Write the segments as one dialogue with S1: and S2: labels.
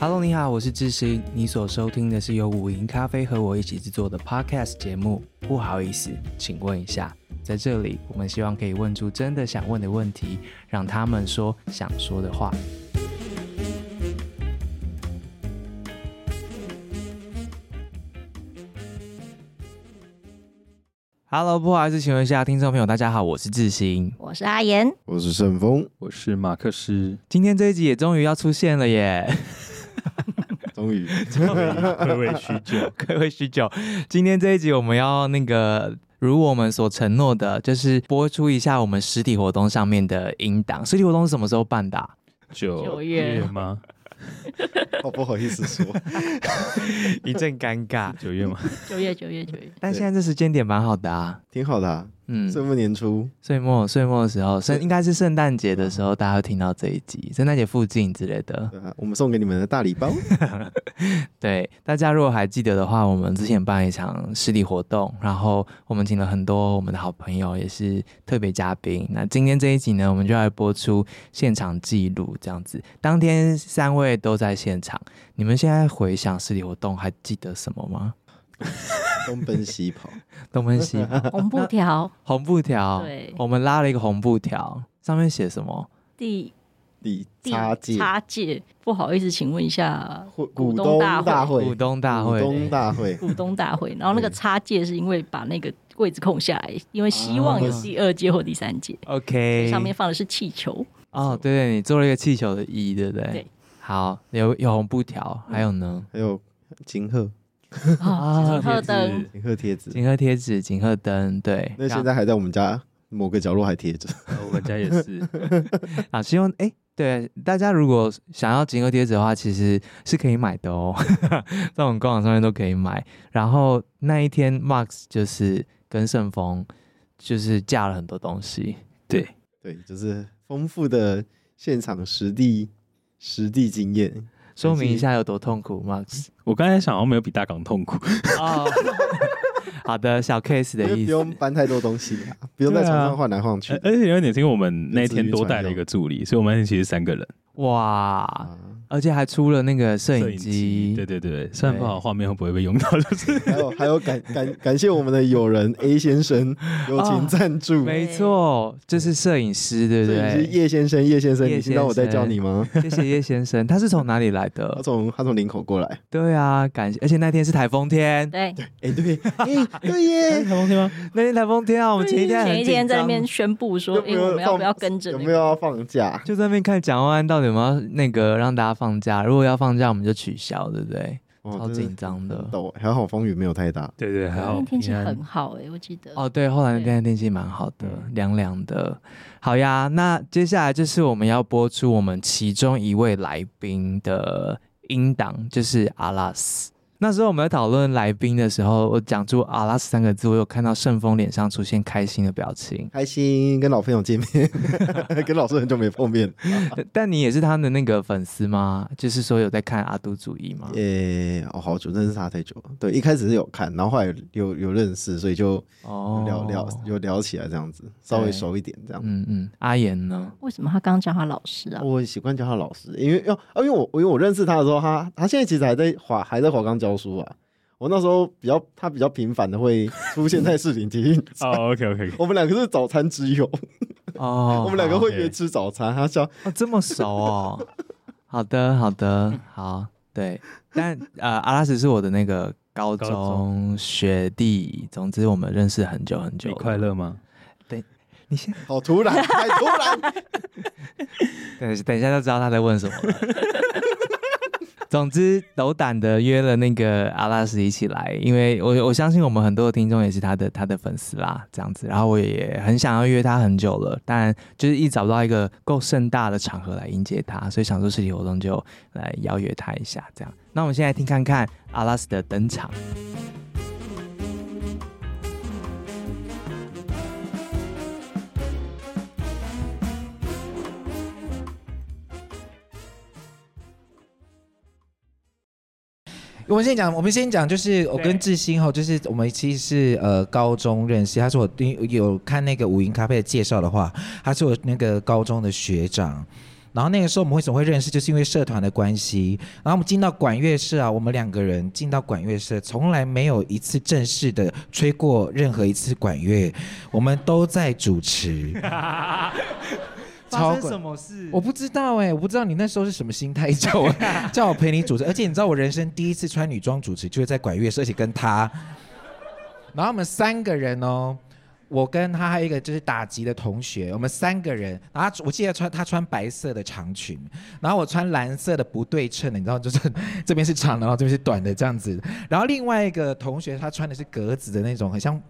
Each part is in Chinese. S1: Hello，你好，我是志兴。你所收听的是由五营咖啡和我一起制作的 Podcast 节目。不好意思，请问一下，在这里我们希望可以问出真的想问的问题，让他们说想说的话。Hello，不好意思，请问一下听众朋友，大家好，我是志兴。
S2: 我是阿言，
S3: 我是盛峰，
S4: 我是马克
S2: 嗯
S4: 思，
S1: 今天这一集也终于要出现了耶！
S3: 终于
S4: 各位许久。
S1: 各位许久，今天这一集我们要那个。如我们所承诺的，就是播出一下我们实体活动上面的音档。实体活动是什么时候办的啊、
S4: 九
S2: 九月
S4: 吗？
S3: 哦，不好意思说，
S1: 一阵尴 尬。
S4: 九月吗？
S2: 九月九月九月，
S1: 但现在这时间点蛮好的啊，
S3: 挺好的、啊，
S1: 嗯，
S3: 岁末年初，
S1: 岁末岁末的时候，圣应该是圣诞节的时候，大家会听到这一集，圣诞节附近之类的。
S3: 对啊，我们送给你们的大礼包，
S1: 对，大家如果还记得的话，我们之前办一场实体活动，然后我们请了很多我们的好朋友，也是特别嘉宾。那今天这一集呢，我们就来播出现场记录，这样子。当天三位都在现场，你们现在回想实体活动还记得什么吗？
S3: 东奔西跑，
S1: 东奔西跑
S2: 红布条
S1: 红布条，
S2: 对
S1: 我们拉了一个红布条，上面写什么？
S2: 第
S3: 第
S2: 第
S3: 插界
S2: 插界，不好意思，请问一下
S3: 会
S2: 股
S3: 股
S2: 东
S3: 东
S2: 大
S3: 大会，
S1: 股东大
S3: 股
S1: 会，
S3: 东大会，
S2: 股东大会，然后那个
S3: 对
S2: 插界是因为把那个位置空下来，因为希望有
S1: 啊
S2: 第二届或第三届，
S1: OK，
S2: 上面放的是气球，
S1: 哦，对对，你做了一个气球的意，对不对？
S2: 对。
S1: 好，有有红布条，还有呢？
S3: 还有金鹤，
S2: 啊，
S1: 啊
S2: 金鹤
S4: 贴
S2: 灯
S4: 纸，
S3: 金鹤贴纸，
S1: 锦鹤贴纸、锦鹤灯，对。
S3: 那
S1: 然
S3: 现在还在我们家某个角落还贴着，
S2: 哦
S4: 呃我们家也是，
S1: 啊，希望哎，对大家如果想要锦鹤贴纸的话，其实是可以买的哦， 在我们官网上面都可以买。然后那一天，Max 就是跟盛峰就是架了很多东西，
S4: 对，
S3: 对，就是丰富的现场实地实地经验，
S1: 说明一下有多痛苦，Max。
S4: 我刚才想，好像没有比大 港痛苦。
S1: 哦，好的，小 case
S3: 因
S1: 的
S3: 为
S1: 意
S3: 不
S1: 思啊
S3: 用。搬太多东西啦，不用在床上换来换去
S4: 呃而且有一点是因为我们那一天多带了一个助理，所以我们那天其实三个人。
S1: 哇，
S3: 啊，
S1: 而且还出了那个摄
S4: 摄
S1: 影机，
S4: 对对对，虽然不好画面会不会被用到，就是
S3: 还有还有感感感谢我们的 友人 A 先生
S2: 啊
S3: 友情赞助，
S1: 没错，这是摄影师，对不
S3: 所以你是
S1: 对？
S3: 叶先生，叶先生，
S1: 叶
S3: 你听到我在叫你吗？
S1: 谢谢叶先生，他是从哪里来
S3: 他
S1: 的？
S3: 从他从林口过来，
S1: 对啊，感谢，而且那天是台风天，
S2: 对，
S3: 哎、对， 哎、对耶，
S4: 台风天吗？
S1: 那天台风天啊，我们前一天还很
S2: 前一
S1: 紧
S2: 天在那
S1: 张
S2: 边宣布 说，
S3: 有没
S2: 哎，
S3: 有
S2: 我们要
S3: 放
S2: 不要跟着
S3: 有
S2: 那
S3: 没
S2: 个？
S3: 有要放假？
S1: 就在那边看蒋万安到底有没有那个让大家放假，如果要放假我们就取消，对不对？
S3: 哦
S1: 超紧张的。
S3: 抖，还好风雨没有太大，
S4: 对对，还
S2: 那
S4: 好
S2: 天天气
S4: 平安
S2: 很好哎，我记得
S1: 哦，对，后来那
S2: 对
S1: 天天气蛮好的，
S4: 嗯
S1: 凉凉的。好呀，那接下来就是我们要播出我们其中一位来宾的音档，就是阿拉斯。那时候我们在讨论来宾的时候，我讲出阿拉斯三个字，我有看到盛峰脸上出现开心的表情，
S3: 开心跟老朋友见 面，跟老师很久没碰面，
S1: 但但你也是他的那个粉丝吗？就是说有在看阿都主义吗？
S3: 呃、哦，好久，认识他太久了。对，一开始是有看，然后后来有有认识，所以就
S1: 哦
S3: 聊聊、有聊起来这样子，稍微熟一点这样。
S1: 嗯嗯，阿言呢？
S2: 为什么他刚刚叫他老师啊？
S3: 我很习惯叫他老师，因为要、啊，因为我因为我认识他的时候，他他现在其实还在华还在华冈教书啊。我那时候比较他比较频繁的会出现在市里体育场
S4: 哦，OK OK，
S3: 我们两个是早餐之友，
S1: 哦，
S3: 我们两个会
S4: 好
S3: 约吃早餐。他叫
S1: 哦，这么熟 哦。好的，好的，好，对。但呃，阿拉斯是我的那个高
S4: 高
S1: 中学弟，总之我们认识很久很久
S4: 你
S1: 了。
S4: 快乐吗？
S1: 你先
S3: 好突然，太突 然，
S1: 等等一下就知道他在问什么了。总之，斗胆的约了那个阿拉斯一起来，因为我我相信我们很多的听众也是他的他的粉丝啦，这样子。然后我也很想要约他很久了，但就是一直找不到一个够盛大的场合来迎接他，所以想说实体活动就来邀约他一下，这样。那我们现在听看看阿拉斯的登场。
S5: 我们先讲，我们先讲，就是我跟志兴哈，就是我们其实是呃高中认识，他是我因为有看那个五营咖啡的介绍的话，他是我那个高中的学长。然后那个时候我们为什么会认识，就是因为社团的关系。然后我们进到管乐社啊，我们两个人进到管乐社，从来没有一次正式的吹过任何一次管乐，我们都在主持。
S1: 发生什么事？
S5: 我不知道哎、我不知道你那时候是什么心态，叫我叫我陪你主持，而且你知道我人生第一次穿女装主持就是在管乐社，而且跟他，然后我们三个人哦，我跟他还有一个就是打击的同学，我们三个人，然后他我记得穿他穿白色的长裙，然后我穿蓝色的不对称的，你知道就是这边是长的，然后这边是短的这样子，然后另外一个同学他穿的是格子的那种，很像。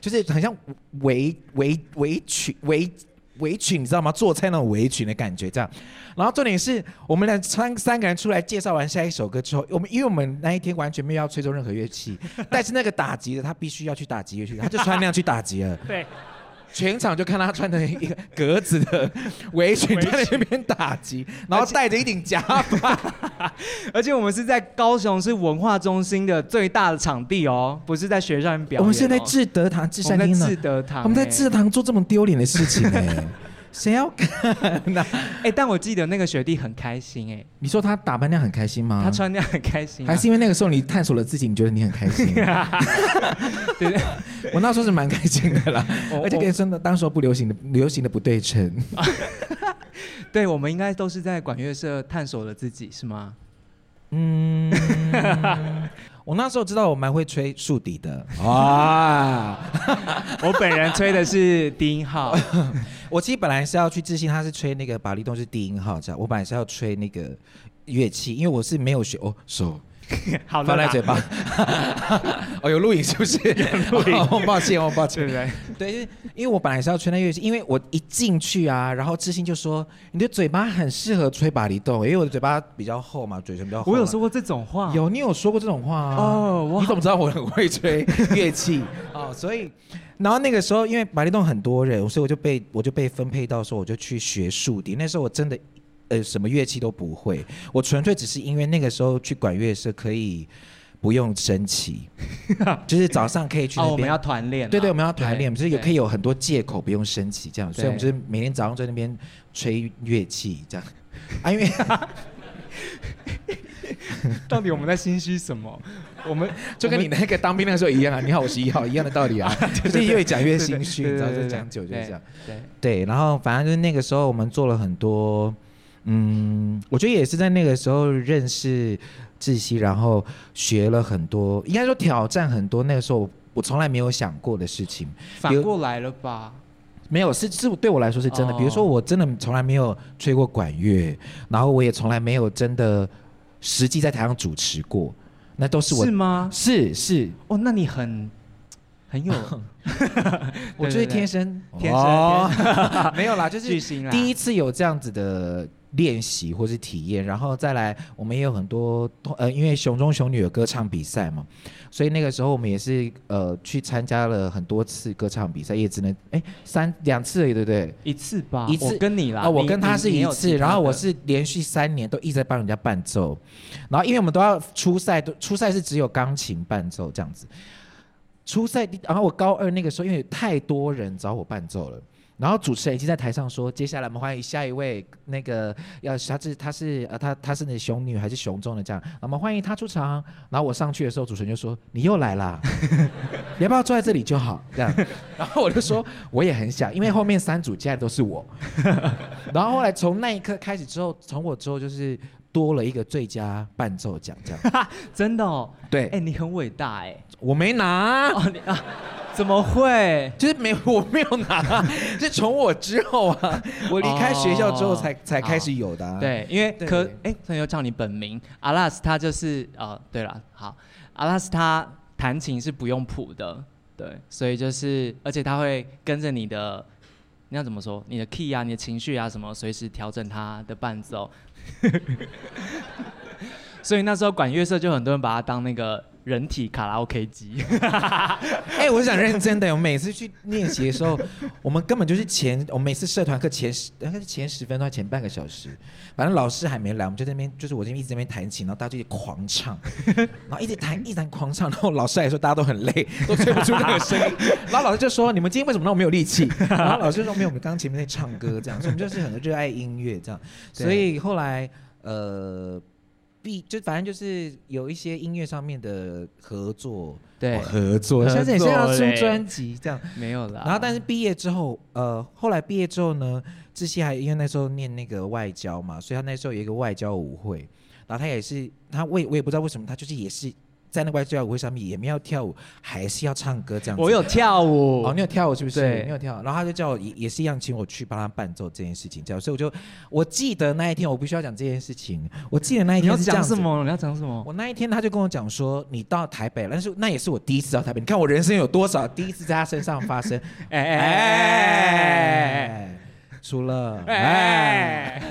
S5: 就是很像围围围裙围围裙，你知道吗？做菜那种围裙的感觉，这样。然后重点是我们俩三三个人出来介绍完下一首歌之后，我们因为我们那一天完全没有要吹奏任何乐 器，但是那个打击的他必须要去打击乐器，他就穿那样去打击了。
S1: 对，
S5: 全场就看他穿的一个格子的围裙在那边打击，然后戴着一顶假发。
S1: 而且我们是在高雄市文化中心的最大的场地哦，不是在学校里面表演、
S5: 我们是在，智德堂智
S1: 我
S5: 善
S1: 们
S5: 厅
S1: 在
S5: 呢
S1: 智，德堂、
S5: 我们在智
S1: 哎
S5: 德堂做这么丢脸的事情哎、谁要 看呢、
S1: 哎、但我记得那个学弟很开心哎、
S5: 你说他打扮那样很开心吗？
S1: 他穿那样很开心啊、
S5: 还是因为那个时候你探索了自己，你觉得你很开心。
S1: 对
S5: 我那时候是蛮开心的 啦，
S1: 我
S5: 而且跟真的当时候不流行的流行的不对称，
S1: 对，我们应该都是在管乐社探索了自己是吗？
S5: 嗯。我那时候知道我蛮会吹竖笛的啊！
S1: 我本人吹的是低音 号，
S5: 我其实本来是要去自信，他是吹那个巴黎洞是低音号这样，我本来是要吹那个乐器，因为我是没有学哦手
S1: 好了
S5: 放在
S1: 啦，
S5: 嘴巴， 哦有录影是不是？有录影，我抱歉，我抱歉
S1: 对。不对？
S5: 对，因为因为我本来是要吹那乐器，因为我一进去啊，然后志兴就说你的嘴巴很适合吹巴黎洞，因为我的嘴巴比较厚嘛，嘴唇比较厚。
S1: 我有说过这种话，
S5: 有你有说过这种话啊？
S1: 啊哦我
S5: 你怎么知道我很会吹乐 器？哦，所以，然后那个时候因为巴黎洞很多人，所以我就被我就被分配到说我就去学竖笛，那时候我真的。呃，什么乐器都不会，我纯粹只是因为那个时候去管乐社可以不用 升旗，就是早上可以去那
S1: 哦，
S5: 边。
S1: 我们要团练啊，
S5: 对对，我们要团练，
S1: 对
S5: 就是有
S1: 对
S5: 可以有很多借口不用升旗这样，所以我们
S1: 对
S5: 就是每天早上在那边吹乐器这样。啊，因为
S1: 到底我们在心虚什么？我们
S5: 就跟你那个当兵那时候一样啊，你好，我是一号，一样的 道理啊， 就是越讲越心虚，你知道，就讲久就是这样。。
S1: 对，
S5: 对，然后反正就是那个时候我们做了很多，嗯，我觉得也是在那个时候认识窒息，然后学了很多，应该说挑战很多那个时候我我从来没有想过的事情。
S1: 反过来了吧？
S5: 没有，是是对我来说是真的。
S1: 哦
S5: 比如说，我真的从来没有吹过管乐，然后我也从来没有真的实际在台上主持过，那都是我
S1: 是吗？
S5: 是是，
S1: 哦，那你很很 有
S5: 我就是天生
S1: 天生啊
S5: 哦没有啦，就
S1: 巨
S5: 是
S1: 星啦。
S5: 第一次有这样子的练习或是体验，然后再来我们也有很多呃，因为熊中熊女有歌唱比赛嘛，所以那个时候我们也是呃去参加了很多次歌唱比赛，也只能哎三两次而已，对不对？
S1: 一次吧，
S5: 一次
S1: 我跟你啦，
S5: 啊，我
S1: 你
S5: 跟他是一次，然后我，
S1: 你
S5: 是连续三年都一直在帮人家伴奏，然后因为我们都要初赛，都初赛是只有钢琴伴奏这样子。初赛，然后我高二那个时候，因为太多人找我伴奏了，然后主持人已经在台上说，接下来我们欢迎下一位那个要他是他是呃他他是那熊女还是熊中的这样，我们欢迎他出场。然后我上去的时候，主持人就说你又来啦， 你要不要坐在这里就好这样。 然后我就说我也很想，因为后面三组接下来都是我。然后后来从那一刻开始之后，从我之后就是多了一个最佳伴奏奖，这 样。
S1: 有真的哦，
S5: 对，
S1: 哎，你很伟大哎，
S5: 我没拿，
S1: 哦你啊，怎么会？
S5: 就是没有我没有拿， 是从我之后啊，我离开学校之后才、
S1: 哦
S5: 才开始有的、啊。，
S1: 对，因为
S5: 对
S1: 可哎，朋友叫你本名阿拉斯，他就是呃，对了，好，阿拉斯他弹琴是不用谱的，对，所以就是，而且他会跟着你的，你要怎么说，你的 key 啊，你的情绪啊，什么，随时调整他的伴 奏。所以那时候管乐社就很多人把他当那个人体卡拉 OK 机，
S5: 哎、我是想认真的，我每次去练习的时候，我们根本就是前，我每次社团课前十，大概是前十分钟、前半个小时，反正老师还没来，我们就在那边，就是我这边一直在那边弹琴，然后大家就一直狂唱，然后一直弹，一直弹狂唱，然后老师还说大家都很累，都吹不出那个声音，然后老师就说你们今天为什么那么没有力气？然后老师说没有，我们刚前面在唱歌这样，所以我们就是很热爱音乐这样，所以后来呃。必就反正就是有一些音乐上面的合作，
S1: 对
S5: 哦合作，
S1: 哎合
S5: 现在也是要
S1: 作哎啊
S5: 出
S1: 嘞
S5: 专辑这样。
S1: 没有啦。
S5: 然后，但是毕业之后，呃，后来毕业之后呢，志熙还因为那时候念那个外交嘛，所以他那时候有一个外交舞会，然后他也是他我也我也不知道为什么，他就是也是在那个外交舞会上面也没有跳舞，还是要唱歌这样子。
S1: 我有跳舞，
S5: 哦，你有跳舞是不是？
S1: 对
S5: 你有跳舞，然后他就叫我也也是一样，请我去帮他伴奏这件事情，这样，所以我就我记得那一天，我必须要讲这件事情，我记得那一
S1: 你要
S5: 天是这
S1: 讲
S5: 样子
S1: 什。么？你要讲什么？
S5: 我那一天他就跟我讲说，你到台北了，但是那也是我第一次到台北。你看我人生有多少第一次在他身上发生，
S1: 哎哎哎
S5: 哎，除了
S1: 哎
S5: 哎，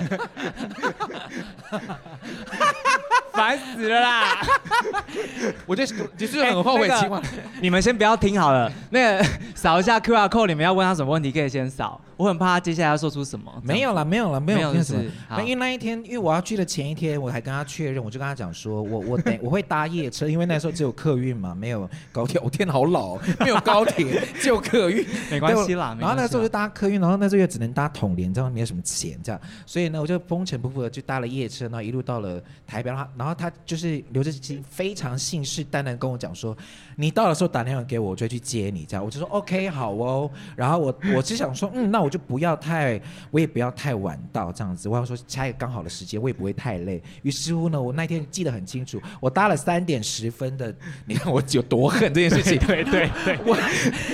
S1: 哎， 烦死了啦！
S5: 我就就是很后悔
S1: 哎那个
S5: 情况。
S1: 你们先不要听好了，那个扫一下 QR code，你们要问他什么问题可以先扫，我很怕他接下来要说出什么。
S5: 没有啦，没有啦，没
S1: 没有
S5: 有那什么
S1: 是。好
S5: 那因为那一天，因为我要去的前一天，我还跟他确认，我就跟他讲说，我我等我会搭夜车，因为那时候只有客运嘛，没有高铁。我天，好老哦，没有高铁，只有客运。
S1: 没关系啦，没
S5: 然
S1: 关系啦
S5: 后那时候就搭客运，然后那时候又只能搭统联，这样没有什么钱，这样，所以呢，我就风尘仆仆的就搭了夜车，然后一路到了台北，然后他然后他就是刘志清非常信誓旦旦跟我讲说，你到的时候打电话给我，我就会去接你，这样，我就说 OK 好哦，然后我我只想说，嗯，那我就不要太，我也不要太晚到这样子，我要说掐一个刚好的时间，我也不会太累。于是乎呢，我那天记得很清楚，我搭了三点十分的，你看我有多恨这件事 情，
S6: 对对对，
S5: 我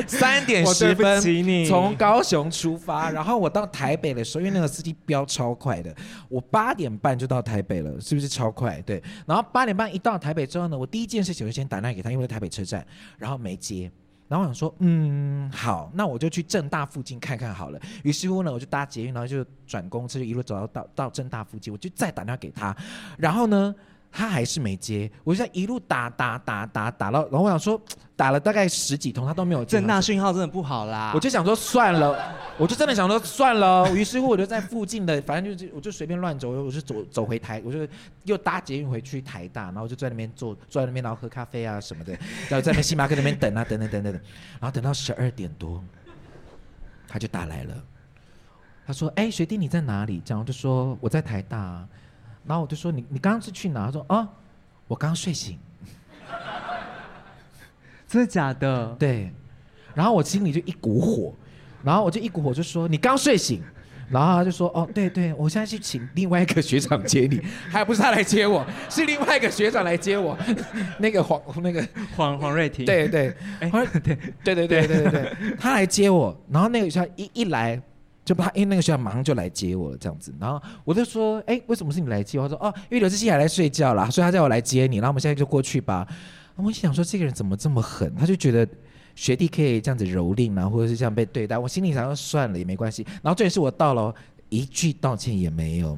S5: 三点
S6: 我对
S5: 十
S6: 不
S5: 分
S6: 起你
S5: 从高雄出发，然后我到台北的时候，因为那个司机飙超快的，我八点半就到台北了，是不是超快？对，然后八点半一到台北之后呢，我第一件事情我就先打电话给他，因为我在台北车站，然后没接。然后我想说，嗯，好，那我就去正大附近看看好了。于是乎呢，我就搭捷运，然后就转公车，就一路走到到到正大附近，我就再打电话给他。然后呢，他还是没接，我就在一路打打打打打到，然后我想说，打了大概十几通，他都没有接。
S1: 正大讯号真的不好啦。
S5: 我就想说算了，我就真的想说算了。于是乎我就在附近的，反正就是我就随便乱走，我就走走回台，我就又搭捷运回去台大，然后就在那边坐坐在那边，然后喝咖啡啊什么的，然后在那边星巴克那边等啊等等等等等，然后等到十二点多，他就打来了，他说：“哎、学弟你在哪里？”这样我就说我在台大、啊，然后我就说你你刚刚是去哪？他说啊，我刚睡醒。
S1: 真的假的？
S5: 对，然后我心里就一股火，然后我就一股火就说你刚睡醒，然后他就说哦对对，我现在去请另外一个学长接你，还不是他来接我，是另外一个学长来接我， 那个黄那个
S1: 黄黄瑞婷，，
S5: 对对，后来对对对对对对对，他来接我，然后那个学校一一来。就把他，因为那个学校马上就来接我了，这样子。然后我就说，哎、为什么是你来接我？他说，哦，因为刘志熙还在睡觉啦，所以他叫我来接你。然后我们现在就过去吧。我想说，这个人怎么这么狠？他就觉得学弟可以这样子蹂躏啊，或者是这样被对待。我心里想说，算了，也没关系。然后这也是我到了，一句道歉也没有。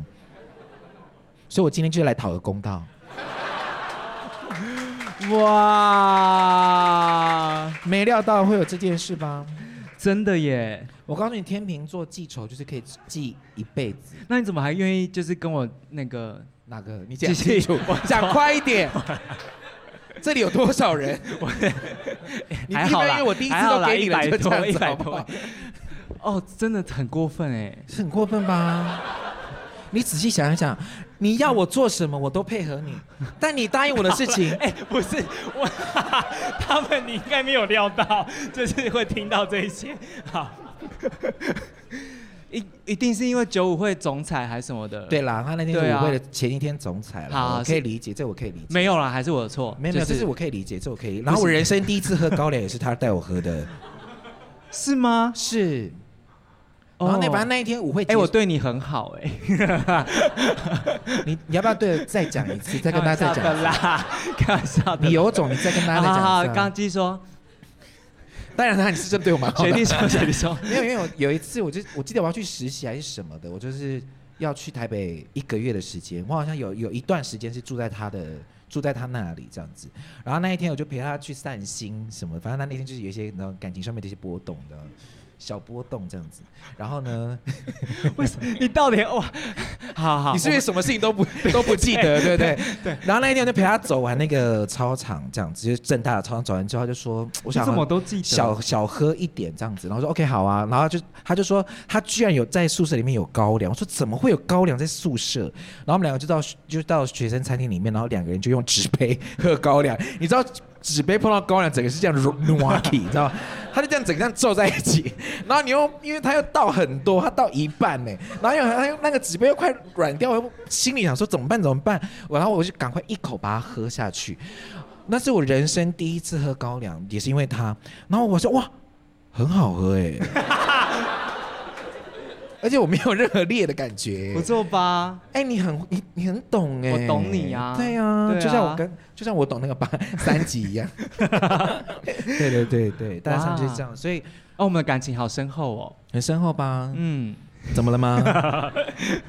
S5: 所以我今天就是来讨个公道。
S1: 哇，
S5: 没料到会有这件事吧？
S1: 真的耶！
S5: 我告诉你，天秤座记仇就是可以记一辈子。
S1: 那你怎么还愿意就是跟我那个？
S5: 哪个？你
S1: 讲清楚
S5: 讲快一 点。这里有多少人？你
S1: 还好啦
S5: 因为我第一次
S1: 还好
S5: 都
S1: 啦
S5: 给你了，
S1: 100
S5: 就这样子
S1: 多100
S5: 好不好
S1: 多哦，真的很过分哎！
S5: 是很过分吧？你仔细想一想，你要我做什么，我都配合你，但你答应我的事 情，
S6: 哎，不是我， 他们你应该没有料到，就是会听到这些。好，
S1: 一一定是因为九五会总裁还是什么的？
S5: 对，啦，他那天
S1: 对
S5: 是
S1: 啊
S5: 我为了前一天总裁了，
S1: 好
S5: 我可以
S1: 是
S5: 理解，这我可以理解。
S1: 没有啦，还是我的错。
S5: 没有没有，
S1: 就
S5: 这是我可以理解，这我可以。然后我人生第一次喝高粱也是他带我喝的，
S1: 是吗？
S5: 是。然后那
S1: 哦
S5: 反正那一天舞会
S1: 哎，
S5: 结束，
S1: 我对你很好哎。
S5: 你你要不要对再讲一次，再跟大家再
S1: 开玩笑
S5: 讲一
S1: 的
S5: 次？
S1: 啦，开玩笑的。
S5: 你有种，你再跟大
S1: 好
S5: 家再
S1: 好
S5: 讲
S1: 好，
S5: 一次
S1: 刚
S5: 啊。
S1: 刚继续说，
S5: 当然啦，你是真的对我蛮好
S1: 学
S5: 的
S1: 弟。说，学弟说，
S5: 没有，因为我有一次，我就我记得我要去实习还是什么的，我就是要去台北一个月的时间，我好像有有一段时间是住在他的住在他那里这样子。然后那一天我就陪他去散心什么，反正他那天就是有一些那种感情上面的一些波动的小波动这样子。然后呢，
S1: 你到底哇，好好，
S5: 你是不是什么事情都 不都不记得，对不对？对。然后那一天我就陪他走完那个操场，这样子，就是正大的操场走完之后，他就说：“我
S1: 你
S5: 想
S1: 怎么都记得？
S5: 小小喝一点这样子，然后说 OK 好啊，然后就他就说他居然有在宿舍里面有高粱，我说怎么会有高粱在宿舍？然后我们两个就到就到学生餐厅里面，然后两个人就用纸杯 喝高粱，你知道纸杯碰到高粱，整个是这样 nuaki，你知道吗？他就这样整个这样皱在一起，然后你又因为他又倒很多，他倒一半呢，然后又他又那个纸杯又快软掉，我又心里想说怎么办怎么办，我然后我就赶快一口把它喝下去，那是我人生第一次喝高粱，也是因为他。然后我说哇，很好喝哎、 而且我没有任何烈的感觉、
S1: 不错吧？
S5: 哎、你很你你很懂哎、
S1: 我懂你啊
S5: 对啊，
S1: 对啊
S5: 就像我跟就像我懂那个八三级一样。对对对对，大家常就是这样，所以
S1: 哦，我们的感情好深厚哦。
S5: 很深厚吧？
S1: 嗯，
S5: 怎么了吗？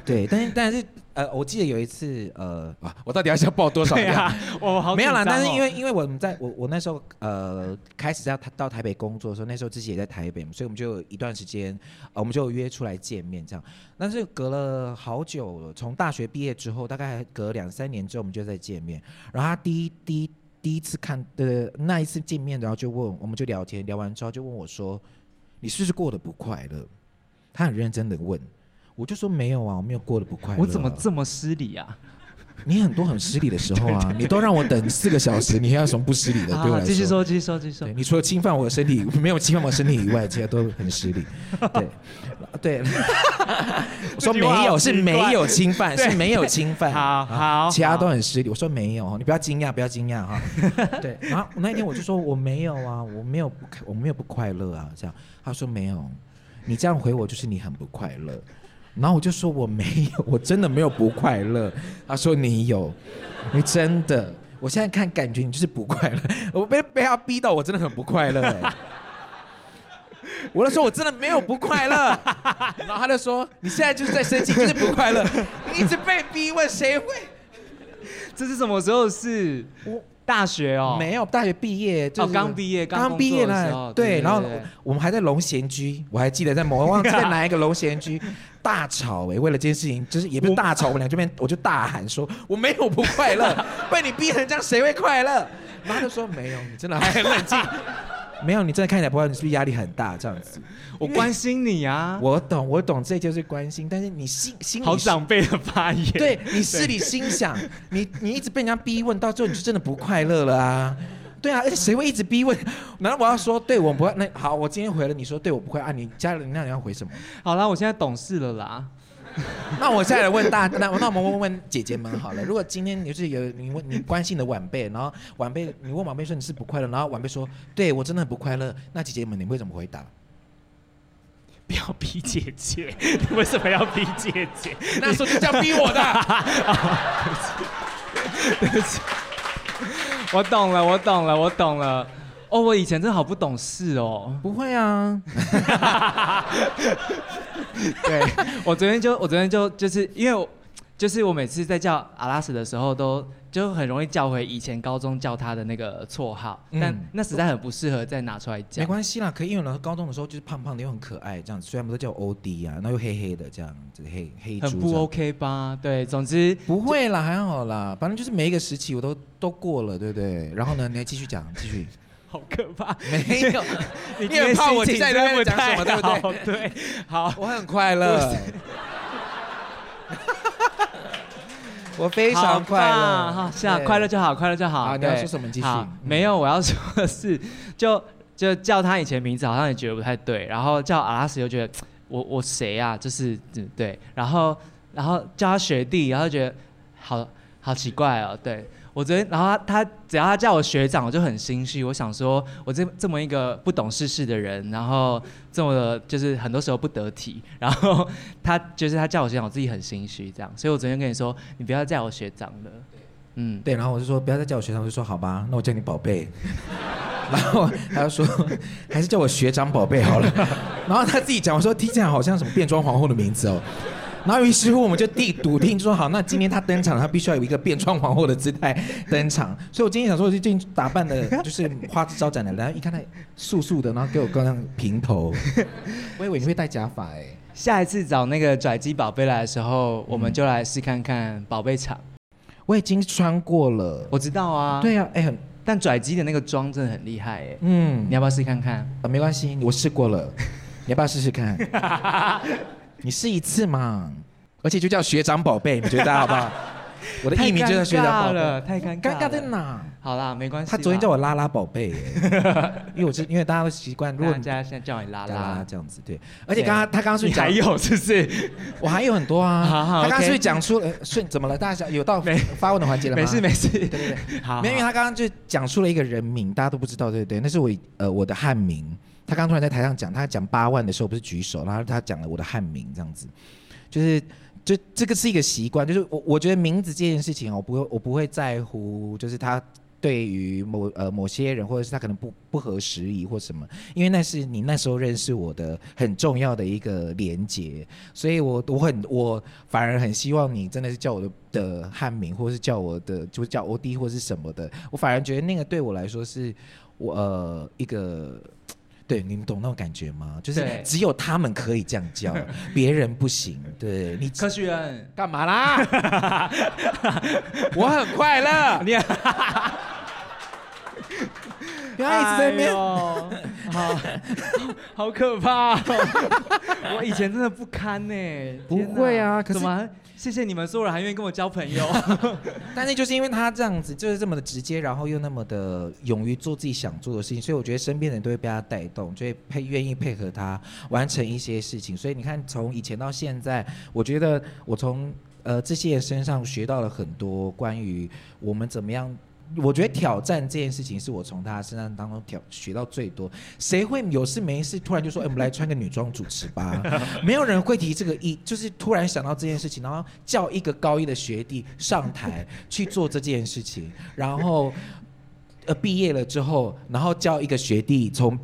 S5: 对，但是但是呃，我记得有一次呃，啊，我到底要想爆多少
S1: 对
S5: 料？
S1: 啊，我好
S5: 没有啦，
S1: 紧张
S5: 但
S1: 哦
S5: 是因为因为我们在我我那时候呃开始要到台北工作的时候，那时候自己也在台北嘛，所以我们就有一段时间，呃我们就有约出来见面这样。但是隔了好久了，从大学毕业之后，大概隔两三年之后，我们就再见面。然后他第一第一第一次看的那一次见面，然后就问我们就聊天，聊完之后就问我说：“你是不是过得不快乐？”他很认真的问，我就说没有啊，我没有过得不快乐啊、
S1: 我怎么这么失礼啊？
S5: 你很多很失礼的时候啊，你都让我等四个小时，你还有什么不失礼的？对我
S1: 好，
S5: 来
S1: 啊继续
S5: 说，
S1: 说，继续说，继续说
S5: 对，。你除了侵犯我的身体， 没有侵犯我的身体以外，其他都很失礼。对， 对，我说没有，是没有侵犯，是没有侵犯。啊
S1: 好好
S5: 其他都很失礼。我说没有，你不要惊讶，不要惊讶哈。对，然后那一天我就说我没有啊，我没有不开，我没有不快乐啊，这样。他说没有，你这样回我就是你很不快乐。然后我就说我没有，我真的没有不快乐。他说你有，你真的。我现在看感觉你就是不快乐，我被被他逼到我真的很不快乐、欸。我就说我真的没有不快乐， 然后他就说你现在就是在生气，就是不快 乐，你一直被逼问谁会？
S1: 这是什么时候的事？
S5: 我
S1: 大学哦，
S5: 没有，大学毕业就
S1: 哦
S5: 是
S1: 刚毕业刚
S5: 刚毕业
S1: 工作的时候
S5: 呢。
S1: 对
S5: 对，
S1: 对
S5: 然后
S1: 对对
S5: 我们还在龙贤居，我还记得在某，我 忘记在哪一个龙贤居大吵哎，为了这件事情，就是也不是大吵，我们俩这边我就大喊说我没有不快 乐，被你逼成这样谁会快乐？然后他就说没有，你真的还很冷静， 没有，你真的看起来不快乐，你是不是压力很大这样子？
S1: 我关心你啊，
S5: 我懂，我懂，这就是关心，但是你心心里
S6: 好
S5: 是
S6: 长辈的发言。
S5: 对你心里心 想，你你一直被人家逼问，到最后你就真的不快乐了啊。对啊，而且谁会一直逼问？难道我要说对我不会？那好，我今天回了你说对我不会啊，你家人那你要回什么？
S1: 好啦，我现在懂事了啦。
S5: 那我再来问大， 那那我们问问姐姐们好了。如果今天你是有你问你关心你的晚辈，然后晚辈你问晚辈说你是不快乐，然后晚辈说对我真的很不快乐，那姐姐们你们会怎么回答？
S6: 不要逼姐 姐，你为什么要逼姐姐？
S5: 那时候就这样逼我的，
S1: 我懂了，我懂了，我懂了。哦，我以前真的好不懂事哦。
S5: 不会啊，
S1: 我昨天就，我昨天就就是因为我，就是我每次在叫阿拉斯的时候都。就很容易叫回以前高中叫他的那个绰号，
S5: 嗯
S1: 但那实在很不适合再拿出来
S5: 没
S1: 讲。
S5: 关系啦，可以，因为呢，高中的时候就是胖胖的又很可爱这样子，虽然不是叫我 OD 啊，然后又黑黑的这样子，黑黑猪
S1: 很
S5: 这
S1: 不
S5: 样
S1: OK 吧？对，总 之
S5: 不会啦，还好啦，反正就是每一个时期我都都过了，对不对？然后呢，你还继续讲，继续。
S1: 好可怕。
S5: 没有，
S1: 你
S5: 你很怕我
S1: 今天心情
S5: 在那边讲什么，对
S1: 真
S5: 不
S1: 的太好
S5: 对？
S1: 对，好，
S5: 我很 快乐， 我非
S1: 好
S5: 常
S1: 棒
S5: 快乐。
S1: 好，是啊，
S5: 对
S1: 快乐就好，快乐就好。
S5: 啊好你要
S1: 对
S5: 说什么你继续
S1: 好
S5: 嗯
S1: 没有，我要说的是， 就就叫他以前名字好像也觉得不太对，然后叫阿拉斯又觉得我我谁啊，就是嗯对，然后然后叫他学弟，然后觉得好好奇怪哦，对。我昨天，然后他他只要他叫我学长，我就很心虚。我想说，我这这么一个不懂世事的人，然后这么的就是很多时候不得体， 然后他就是他叫我学长，我自己很心虚这样。所以我昨天跟你说，你不要叫我学长了。嗯，
S5: 对，然后我就说不要再叫我学长，我就说好吧，那我叫你宝贝。然后他就说还是叫我学长宝贝好了。然后他自己讲，我说听起来好像什么变装皇后的名字哦。然后于是乎我们就定笃定说好，那今天他登场，他必须要有一个变装皇后的姿态登场。所以我今天想说，我就进去打扮的就是花枝招展的，然后一看他素素的，然后给我刚刚平头， 我以为你会戴假发哎、
S1: 下一次找那个拽鸡宝贝来的时候，我们就来试看看宝贝场。
S5: 我已经穿过了。
S1: 我知道啊，，
S5: 对呀、哎、很
S1: 但拽鸡的那个妆真的很厉害哎，
S5: 嗯
S1: 你要不要试看看？
S5: 啊，没关系，我试过了，你要不要试 试看？你试一次嘛，而且就叫学长宝贝，你觉得好不好？我的艺名就叫学长
S1: 太尴尬
S5: 宝
S1: 了，太
S5: 贝。
S1: 尴尬
S5: 尴
S1: 了
S5: 尬在？哪？
S1: 好啦，没关系啦。
S5: 他昨天叫我拉拉宝贝耶，因为我是因为大家都习惯，如
S1: 大
S5: 果
S1: 家，
S5: 你
S1: 大家现在叫你拉
S5: 拉拉
S1: 拉，
S5: 这样子对，而且刚刚他刚刚是
S1: 你
S5: 讲
S1: 还，有是不是？
S5: 我还有很多 啊。
S1: 好好
S5: 他刚刚
S1: OK
S5: 是不是讲出了呃顺怎么了？大家有到
S1: 没
S5: 发问的环节了吗？
S1: 没事没事，
S5: 对对对。
S1: 好，
S5: 没有，因为他刚刚就讲出了一个人名，大家都不知道，对不对？那是我呃我的汉名。他刚突然在台上讲，他讲八万的时候不是举手，然后他讲了我的汉名，这样子，就是就这个是一个习惯，就是我我觉得名字这件事情哦，我不会我不会在乎，就是他对于某呃某些人或者是他可能不不合时宜或什么，因为那是你那时候认识我的很重要的一个连接，所以我我很我反而很希望你真的是叫我的的汉名，或是叫我的就叫 O D 或是什么的，我反而觉得那个对我来说是我呃一个。对，你们懂那种感觉吗？就是
S1: 对
S5: 只有他们可以这样叫，别人不行。对你
S1: 科学人，
S5: 干嘛啦？我很 快乐。
S1: 你
S5: 不要一直在那边。
S1: 哦，好， 好可怕、 我以前真的不堪呢、
S5: 不
S1: 天哪
S5: 会啊可是
S1: 怎么还？谢谢你们所有人还愿意跟我交朋友。
S5: 但是就是因为他这样子，就是这么的直接，然后又那么的勇于做自己想做的事情，所以我觉得身边的人都会被他带动，就会配愿意配合他完成一些事情。所以你看，从以前到现在，我觉得我从呃这些人身上学到了很多关于我们怎么样。我觉得挑战这件事情是我从他身上当中挑学到最多。谁会有事没事突然就说：“哎、我们来穿个女装主持吧？”没有人会提这个意，就是突然想到这件事情，然后叫一个高一的学弟上台去做这件事情，然后呃毕业了之后，然后叫一个学弟从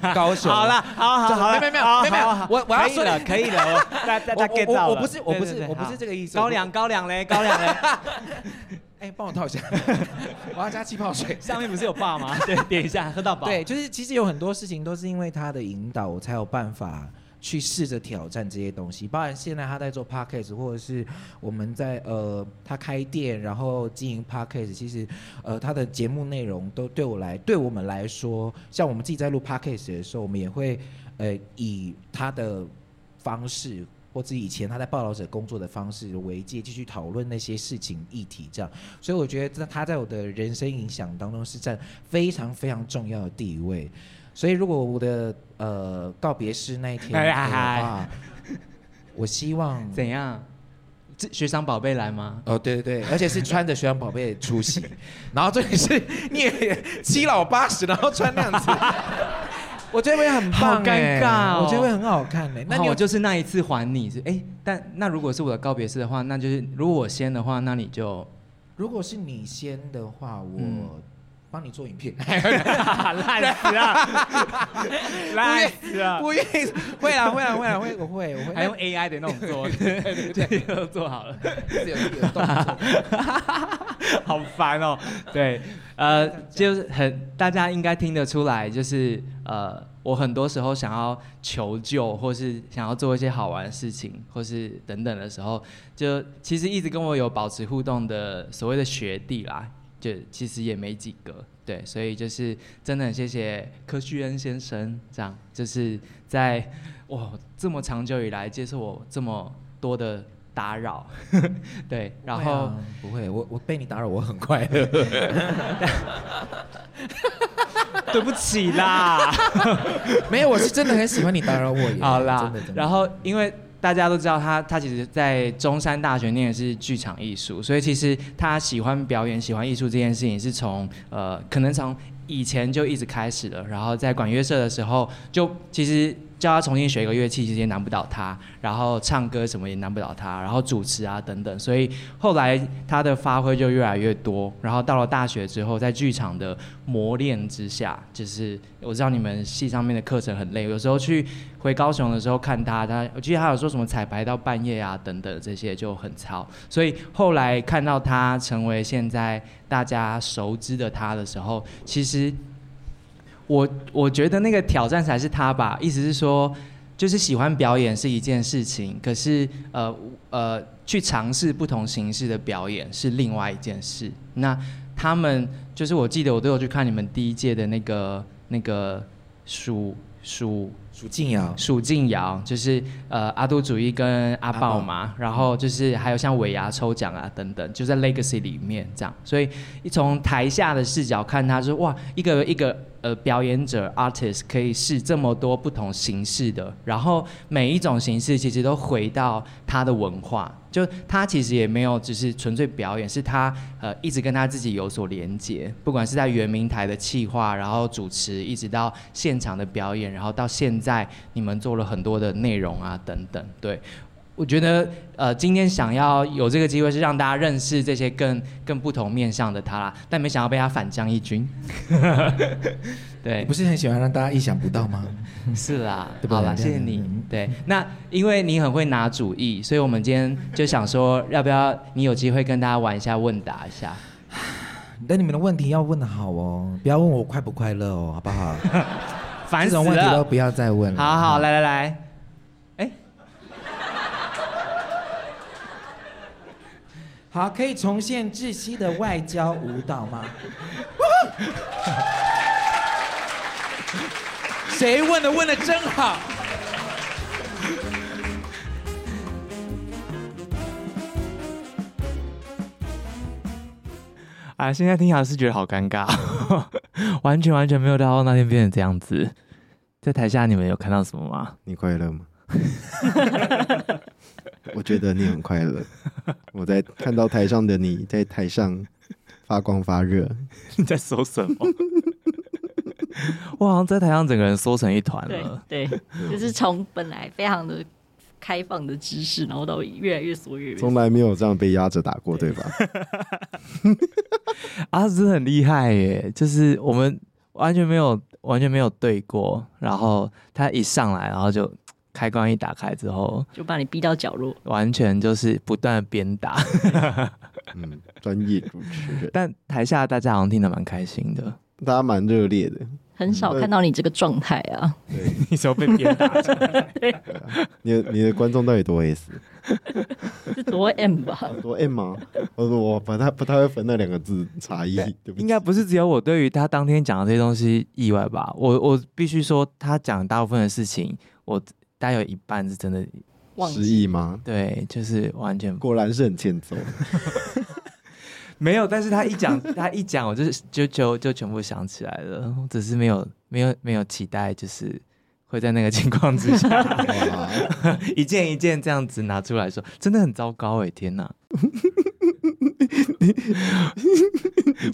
S5: 高 手
S1: 好了，好好好了，
S5: 没有没有
S1: 好
S5: 没有没有
S1: 好好
S5: 我我要
S1: 可以
S5: 说的
S1: 了，可以了， 我大家大家
S5: 我
S1: get
S5: 我
S1: 到
S5: 我
S1: 了。
S5: 我不是我不
S1: 对
S5: 是
S1: 对对
S5: 我不
S1: 好
S5: 是这个意思
S1: 高粱高粱 嘞，高粱嘞，
S5: 哎，帮我套一下， 我要加气泡水。
S1: 上面不是有爸吗？对，点一下，喝到饱。
S5: 对，就是其实有很多事情都是因为他的引导，我才有办法去试着挑战这些东西。包含现在他在做 podcast，或者是我们在呃他开店，然后经营 podcast，其实呃他的节目内容都对我来对我们来说，像我们自己在录 podcast 的时候，我们也会呃以他的方式。或者以前他在报道者工作的方式为界，继续讨论那些事情议题，这样，所以我觉得他在我的人生影响当中是占非常非常重要的地位。所以如果我的呃告别式那一天
S1: 哎
S5: 的
S1: 呀
S5: 话，我 希望
S1: 怎样？这学长宝贝来吗？
S5: 哦对对对，而且是穿着《学长宝贝》出席，然后这里是你也七老八十，然后穿那 样子。我觉得会很棒、
S1: 好尴
S5: 哎
S1: 尬哦
S5: 我觉得会很好看哎、
S1: 那
S5: 那你有
S1: 我就是那一次还你是哎、但那如果是我的告别式的话，那就是如果我先的话，那你 就
S5: 如果是你先的话，
S1: 嗯
S5: 我帮你做 影片。
S6: 烂死了，烂死了，
S5: 不愿意，会啦会啦会啦会，我会 我会。
S1: 还用 AI 的那种 做，对对对，都做好了，
S5: 那有有动作，
S1: 好烦哦。对，呃，就是很大家应该听得出来，就是呃，我很多时候想要求救，或是想要做一些好玩的事情，或是等等的时候，就其实一直跟我有保持互动的所谓的学弟啦，就其实也没几个。对，所以就是真的很谢谢柯旭恩先生，这样就是在哇这么长久以来接受我这么多的打扰， 对， 然后、
S5: 不会，我我被你打扰，我很快 乐。
S1: 对不起啦。
S5: 没有，我是真的很喜欢你打扰我耶。
S1: 好啦
S5: 啊真的真，的
S1: 然后因为大家都知道他，他其实在中山大学念的是剧场艺术，所以其实他喜欢表演、喜欢艺术这件事情是从呃，可能从以前就一直开始了。然后在管乐社的时候，就其实叫他重新学一个乐器，其实也难不倒他，然后唱歌什么也难不倒他，然后主持啊等等，所以后来他的发挥就越来越多。然后到了大学之后，在剧场的磨练之下，就是我知道你们系上面的课程很累，有时候去回高雄的时候看他，他我记得他有说什么彩排到半夜啊等等这些就很操，所以后来看到他成为现在大家熟知的他的时候，其实我我觉得那个挑战才是他吧，意思是说，就是喜欢表演是一件事情，可是呃呃，去尝试不同形式的表演是另外一件事。那他们就是我记得我都有去看你们第一届的那个那个暑暑
S5: 楚静瑶，
S1: 蜀敬尧，就是呃阿都主义跟阿豹嘛，然后就是还有像尾牙抽奖啊等等，就在 Legacy 里面这样，所以一从台下的视角看他说哇，一个一个呃表演者 artist 可以试这么多不同形式的，然后每一种形式其实都回到他的文化，就他其实也没有只是纯粹表演，是他呃一直跟他自己有所连接，不管是在圆明台的企划，然后主持，一直到现场的表演，然后到现在你们做了很多的内容啊等等，对。我觉得，呃，今天想要有这个机会是让大家认识这些更更不同面向的他啦，但没想到被他反将一军。 对
S5: 你，不是很喜欢让大家意想不到吗？
S1: 是啦，
S5: 对不对嗯
S1: 好啦，谢谢你。对，那因为你很会拿主意，所以我们今天就想说，要不要你有机会跟大家玩一下问答一下？
S5: 但你们的问题要问的好哦，不要问我快不快乐哦，好不好？
S1: 烦死
S5: 这种问题都嗯
S1: 了！
S5: 不要再问了。
S1: 好好，来来来，哎、
S5: 好，可以重现窒息的外交舞蹈吗？谁问的？问的真好。
S7: 啊，现在听起来是觉得好尴尬， 完全完全没有料到那天变成这样子。在台下你们有看到什么吗？
S3: 你快乐吗？ 我觉得你很快乐。我在看到台上的你在台上发光发热，
S7: 你在说什么？ 我好像在台上整个人缩成一团了。
S2: 对对， 就是从本来非常的开放的知识，然后到越来越缩越
S3: 从来没有这样被压着打过，对吧？
S7: 啊，真的很厉害耶！就是我们完全没有完全没有对过，然后他一上来，然后就开关一打开之后，
S2: 就把你逼到角落。
S7: 完全就是不断的鞭打，
S3: 嗯，专业主持 人，
S7: 但台下大家好像听得蛮开心的。
S3: 大家蛮热烈的。
S2: 很少看到你这个状态啊，
S3: 对，
S7: 你说被鞭打，
S3: 你的你的观众到底多 S？
S2: 是多 M 吧？
S3: 多 M 吗？我我不太不太会分那两个字差异，对不起
S7: 应该不是只有我对于他当天讲的这些东西意外吧？我我必须说，他讲大部分的事情，我大概有一半是真的，
S2: 忘
S3: 失
S2: 记
S3: 忆吗？
S7: 对，就是完全
S3: 果然是很欠 揍。
S7: 没有，但是他一 讲，他一讲，我就是就就就全部想起来了。我只是没有没有没有期待，就是会在那个情况之下，
S3: 哇
S7: 一件一件这样子拿出来说，真的很糟糕哎、
S1: 欸
S7: 天哪！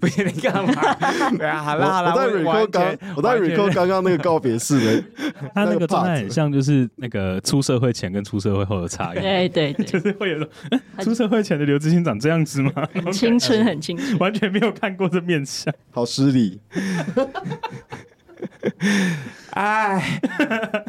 S7: 不是你干嘛？对啊，好
S3: 我
S7: 啦好啦，
S3: 我在
S7: 我完
S3: recall
S7: 全
S3: 刚我在
S7: 完全
S3: recall 刚刚那个告别式的，
S4: 他那个状态
S3: 那个 part
S4: 很像，就是那个出社会前跟出社会后的差异，
S2: 对对 对，
S4: 就是会 有种诶出社会前的刘志兴长这样子吗？
S2: 很青春，很青春。
S4: 完全没有看过这面相。
S3: 好失礼。
S7: 哎，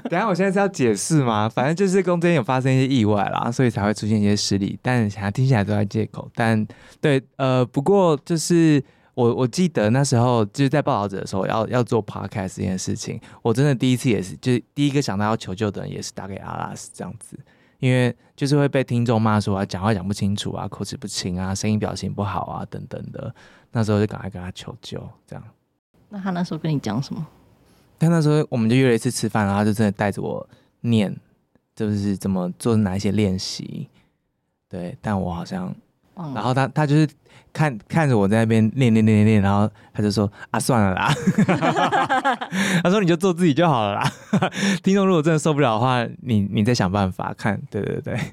S7: 等一下，我现在是要解释吗？反正就是中间有发生一些意外啦，所以才会出现一些失礼，但想要听起来都在借口。但对，呃，不过就是我我记得那时候就是在报道者的时候要要做 podcast 这件事情，我真的第一次也是，就是第一个想到要求救的人也是打给阿拉斯这样子。因为就是会被听众骂说啊，讲话讲不清楚啊，口齿不清啊，声音表情不好啊，等等的。那时候就赶快跟他求救，这样。
S2: 那他那时候跟你讲什么？
S7: 但那时候我们就约了一次吃饭，然后他就真的带着我念，就是怎么做哪一些练习。对，但我好像，
S2: 忘
S7: 然
S2: 了。
S7: 后他他就是看看着我在那边念念念念念，然后他就说啊算了啦， 他说你就做自己就好了啦。听众如果真的受不了的话，你你再想办法看，对对对。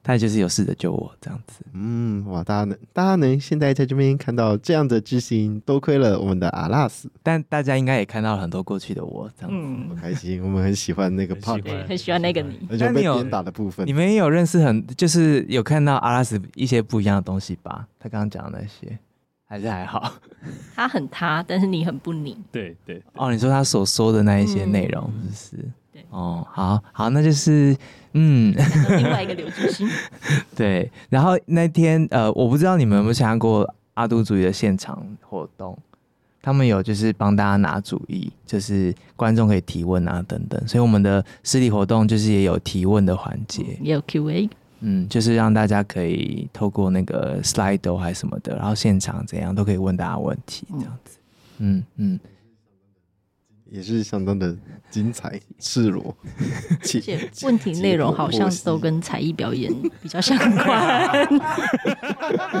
S7: 他就是有试着救我这样子。
S3: 嗯，哇，大家能大家能现在在这边看到这样的知心，多亏了我们的阿拉斯，
S7: 但大家应该也看到了很多过去的我这样子。
S3: 好
S6: 嗯，
S3: 开心，我们很喜欢那个
S4: 很喜
S3: part，
S4: 欢
S2: 对，很喜欢那个你。
S3: 而且我
S7: 那
S3: 们被
S7: 你有
S3: 鞭打的部分
S7: 你，们也有认识很，就是有看到阿拉斯一些不一样的东西吧？他刚刚讲的那些，还是还好。
S2: 他很他，但是你很不你。
S4: 对对，
S7: 哦，你说他所说的那一些内容，是不是？
S2: 对
S7: 哦，好好，那就是嗯，
S2: 另外一个刘志兴，
S7: 对。然后那天呃，我不知道你们有没有参加过阿都主义的现场活动，他们有就是帮大家拿主意，就是观众可以提问啊等等，所以我们的实体活动就是也有提问的环节。
S2: 也有 Q&A，
S7: 嗯，就是让大家可以透过那个 Slido 还是什么的，然后现场怎样都可以问大家问题，
S2: 哦
S7: 这样子。嗯嗯，
S3: 也是相当的精彩赤裸，
S2: 而且问题内容好像都跟才艺表演比较相关。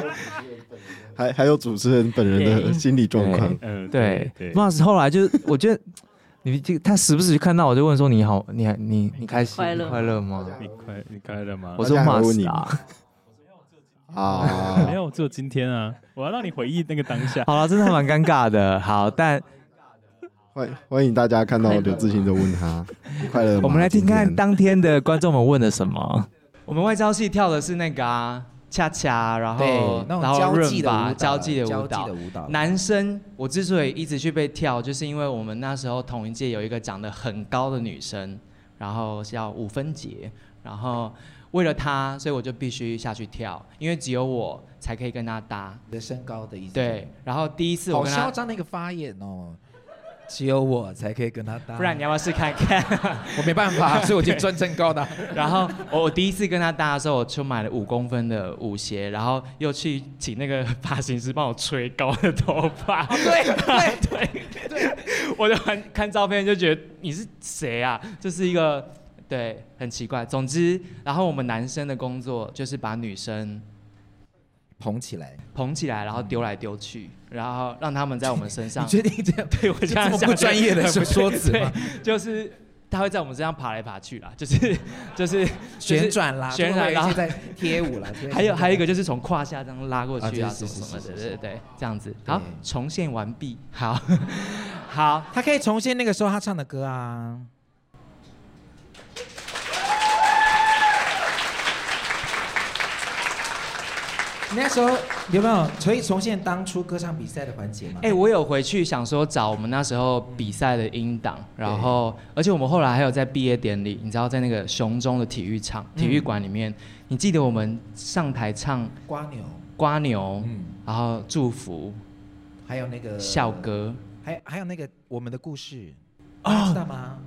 S3: 还还有主持人本人的
S2: 对
S3: 心理状况，
S4: 嗯，
S7: 对。
S4: 对，
S7: m a r s 后来就是我觉得你这个他时不时就看到我就问说你好，你还你你开心
S2: 快乐
S7: 你快乐吗？
S4: 你快你快乐吗
S7: 我？说
S3: 大家还
S7: m
S3: 会
S7: a r
S3: 问
S7: s
S3: 你
S7: 啊。
S3: 啊
S4: 没，有，只有今天啊！我要让你回忆那个当下。
S7: 好了，真的还蛮尴尬的。好，但
S3: 欢欢迎大家看到刘志兴就问 他你快乐吗？
S7: 我们来听
S3: 今
S7: 看
S3: 天
S7: 当天的观众们问了什么。
S1: 我们外交系跳的是那个啊，恰恰，然
S5: 对
S1: 后，
S5: 那种
S1: 然后
S5: 交际
S1: 润
S5: 的舞蹈
S1: 吧，
S5: 啦，
S1: 交际的
S5: 交
S1: 舞
S5: 际
S1: 蹈
S5: 的。舞蹈，
S1: 男生，我之所以一直去被跳，就是因为我们那时候同一届有一个长得很高的女生，然后叫五分杰，然后为了她，所以我就必须下去跳，因为只有我才可以跟她搭。
S5: 你的身高的意思。
S1: 对，，然后第一次我
S5: 好
S1: 跟
S5: 嚣
S1: 她，
S5: 张的一个发言哦，只有我才可以跟他搭，
S1: 不然你要不要试看看？
S5: 我没办 法，所以我就专身高的。
S1: 然后哦我我第一次跟他搭的时候，我就买了五公分的舞鞋，然后又去请那个发型师帮我吹高的头发。
S5: 哦 对对，
S1: 对对，我就很看照片就觉得你是谁啊？就是一个对，很奇怪。总之，然后我们男生的工作就是把女生
S5: 捧起来，
S1: 捧起来，然后丢来丢去，然后让他们在我们身
S5: 你
S1: 上。
S5: 确定这样？
S1: 对我
S5: 这
S1: 这样
S5: 么
S1: 想
S5: 不专业的
S1: 很
S5: 说
S1: 不
S5: 说辞
S1: 对
S5: 吗？
S1: 就是他会在我们身上爬来爬去啦， 就是就是
S5: 旋转啦，
S1: 旋
S5: 中国
S1: 转然
S5: 有一
S1: 后
S5: 些在贴舞 啦，贴舞
S1: 还有还有一个就是从胯下这样拉过去啊，
S5: 啊
S1: 什
S5: 对是
S1: 么什么
S5: 是
S1: 的，对
S5: 是是
S1: 对对，这样子。好
S5: 对，
S1: 重现完毕。好， 好，
S5: 他可以重现那个时候他唱的歌啊。你那时候有没有可以重现当初歌唱比赛的环节吗？
S1: 哎，我有回去想说找我们那时候比赛的音档，然后而且我们后来还有在毕业典礼，你知道在那个雄中的体育场、
S5: 嗯
S1: 体育馆里面，你记得我们上台唱《
S5: 瓜牛，
S1: 瓜牛》，
S5: 嗯，呃
S1: 然后祝福
S5: 还有那个
S1: 校， 歌，
S5: 还还有那个我们的故事，哦，知道吗？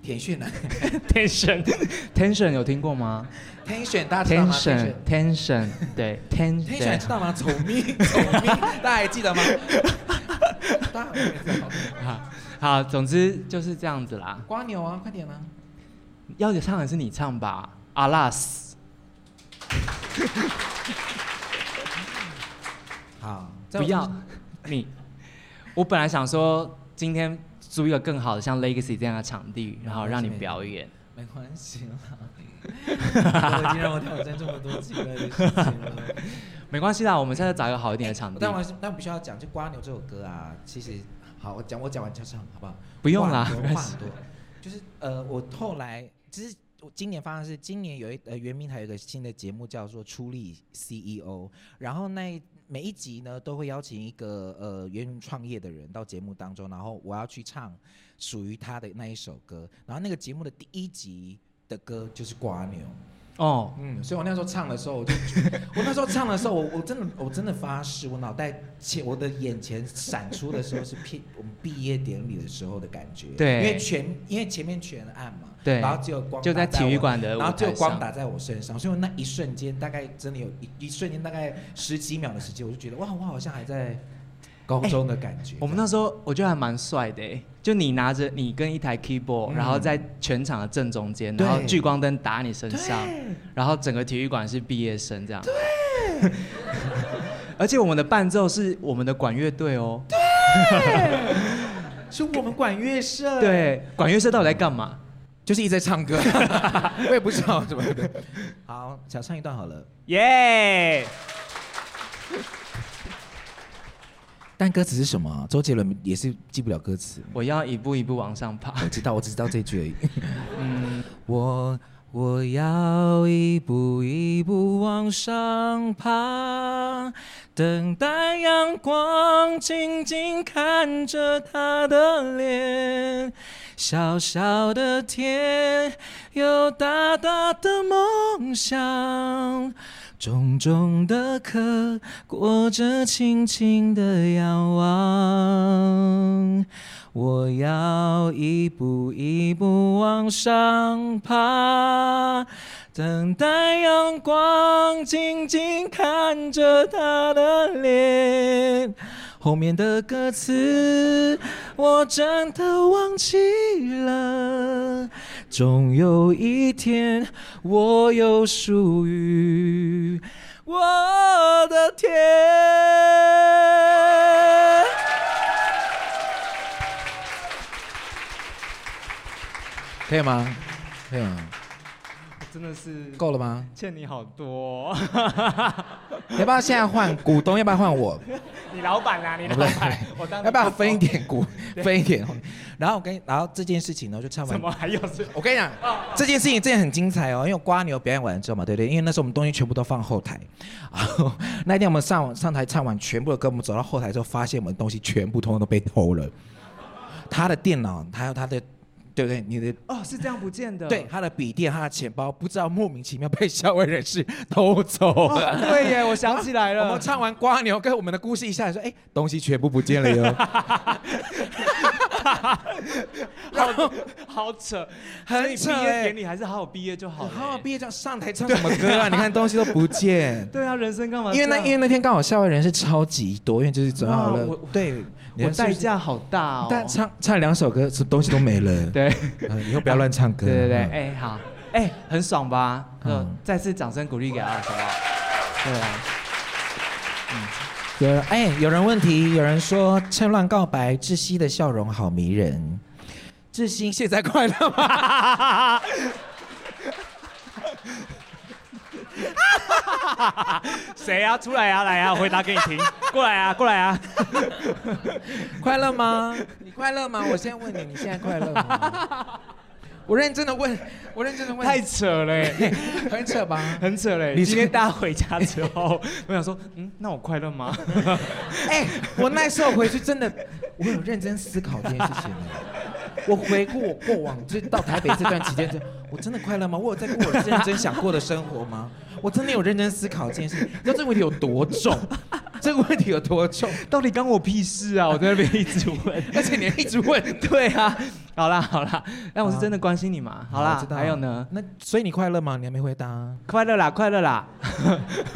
S5: 田炫男，
S1: Tension，Tension 有听过吗
S5: 天选 大家知道吗？天选。
S1: ？Tension，Tension，对，Tension，
S5: 天选知道吗？丑咪，丑咪，大家还记得吗？大家还记得吗
S1: 好，好，总之就是这样子啦。
S5: 瓜牛啊，快点啊！
S1: 要唱的是你唱吧，阿拉斯。
S5: 好，
S1: 不要 你，我本来想说今天租一个更好的像 Legacy 这样的场地，然后让你表演。
S5: 没关系啦，我已经让我挑战这么多次了，事情了。
S1: 没关系啦，我们现在找一个好一点的场
S5: 但我
S1: 地。
S5: 是但我必须要讲，就《瓜牛》这首歌啊，其实好，我讲我讲完就唱，好不好？
S1: 不用啦
S5: 话很多
S1: 没
S5: 话
S1: 关系
S5: 很多，就是呃，我后来其实我今年发生的是，今年有一呃圆明台有一个新的节目叫做《出力 CEO》，然 E 后那一每一集呢都会邀请一个呃原明创业的人到节目当中，然后我要去唱属于他的那一首歌，然后那个节目的第一集的歌就是《瓜牛》。
S1: 哦，
S5: 嗯，所以我那时候唱的时候，我就 我那时候唱的时候，我我真的我真的发誓，我脑袋前我的眼前闪出的时候是毕我们毕业典礼的时候的感觉，
S1: 对
S5: 因为全因为前面全暗嘛，
S1: 对
S5: 然后只有光
S1: 就
S5: 打
S1: 在体育馆的
S5: 我，
S1: 舞
S5: 然后只有
S1: 台
S5: 光
S1: 上。
S5: 打在我身上，所以我那一瞬间大概真的有一一瞬间大概十几秒的时间，我就觉得哇，我好像还在高中的感觉。
S1: 我们那时候我觉得还蛮帅的欸，就你拿着你跟一台 keyboard，
S5: 嗯
S1: 然后在全场的正中间，
S5: 对
S1: 然后聚光灯打你身上
S5: 对，
S1: 然后整个体育馆是毕业生这样。对。 而且我们的伴奏是我们的管乐队哦。
S5: 是我们管乐社，
S1: 对，管乐社到底在干嘛？
S5: 就是一直在唱歌， 我也不知道怎么的。好，想唱一段好了，
S6: 耶！
S5: 但歌词是什么啊？周杰伦也是记不了歌词。
S1: 我要一步一步往上爬。
S5: 我知道，我只知道这句而已。我嗯我要一步一步往上爬，等待阳光，静静看着他的脸。小小的天，有大大的梦想，重重的壳裹着轻轻的仰望。我要一步一步往上爬，等待阳光，静静看着他的脸。后面的歌词我真的忘记了，总有一天我有属于我的天。可以吗？可以吗？
S1: 真的是
S5: 够了吗？
S1: 欠你好多哦、
S5: 要不要现在换股东？要不要换我？
S6: 你老板
S1: 啊
S6: 啦，你
S1: 哦
S6: 老
S5: 不是
S6: 板，我当
S5: 哦要不要分一点股，分一点？然后我跟，然后这件事情呢，就唱
S6: 怎么
S5: 完。
S6: 还有哦是？
S5: 我跟你讲，这件事情真的很精彩哦，因为瓜牛表演完之后嘛，对不对？因为那时候我们东西全部都放后台，然后 那天我们上上台唱完全部的歌，我们走到后台之后，发现我们东西全部通通都被偷了。他的电脑，还有他的，对不对？你的
S1: 哦，是这样不见的。
S5: 对，他的笔电、他的钱包，不知道莫名其妙被校外人士偷走了。
S1: 哦对耶，我想起来
S5: 我
S1: 了
S5: 们。唱完瓜牛跟我们的故事一下来说，哎、东西全部不见了哟，
S1: 好扯，
S5: 很扯
S1: 所以毕业
S5: 哎、
S1: 典礼还是好好毕业就好了
S5: 好
S1: 耶。欸
S5: 好毕业这样上台唱什么歌啊？你看东西都不见
S1: 。对啊，人生干嘛这
S5: 因为
S1: 样？
S5: 那因为那天刚好校外人是超级多，因为就是走好
S1: 哇
S5: 了
S1: 我，
S5: 对，你
S1: 我
S5: 看是不
S1: 代
S5: 是，
S1: 价好大哦。
S5: 但唱唱两首歌，是东西都没了。
S1: 对啊
S5: 嗯，以后不要乱唱歌。
S1: 对对对，
S5: 嗯
S1: 哎好，哎很爽吧？就
S5: 嗯
S1: 再次掌声鼓励给阿手。对啊，
S5: 有人哎、有人问题，有人说趁乱告白，窒息的笑容好迷人。窒息，现在快乐吗？
S6: 谁啊？出来啊，来啊，回答给你 听。过来啊，过来啊！
S5: 快乐吗？你快乐吗？我现在问你，你现在快乐吗？我认真的问，我认真的问，
S1: 太扯了欸耶，
S5: 很扯吧？
S1: 很扯了耶。
S5: 你
S1: 今天大家回家之后， 我想说，嗯，那我快乐 吗？
S5: 哎、我那时候回去真的，我有认真思考这件事情耶。我回顾我过往，就是到台北这段期间，就我真的快乐吗？我有在过我认真想过的生活吗？我真的有认真思考这件事情。你知道这个问题有 多重？这个问题有多重？
S1: 到底关我屁事啊！我在那边一直问。
S5: 而且你还一直问。
S1: 对啊，好啦好啦，那我是真的关心你嘛。好
S5: 哦我
S1: 啦
S5: 知，道
S1: 还有呢，
S5: 那所以你快乐吗？你还没回答啊。
S1: 快乐啦快乐啦。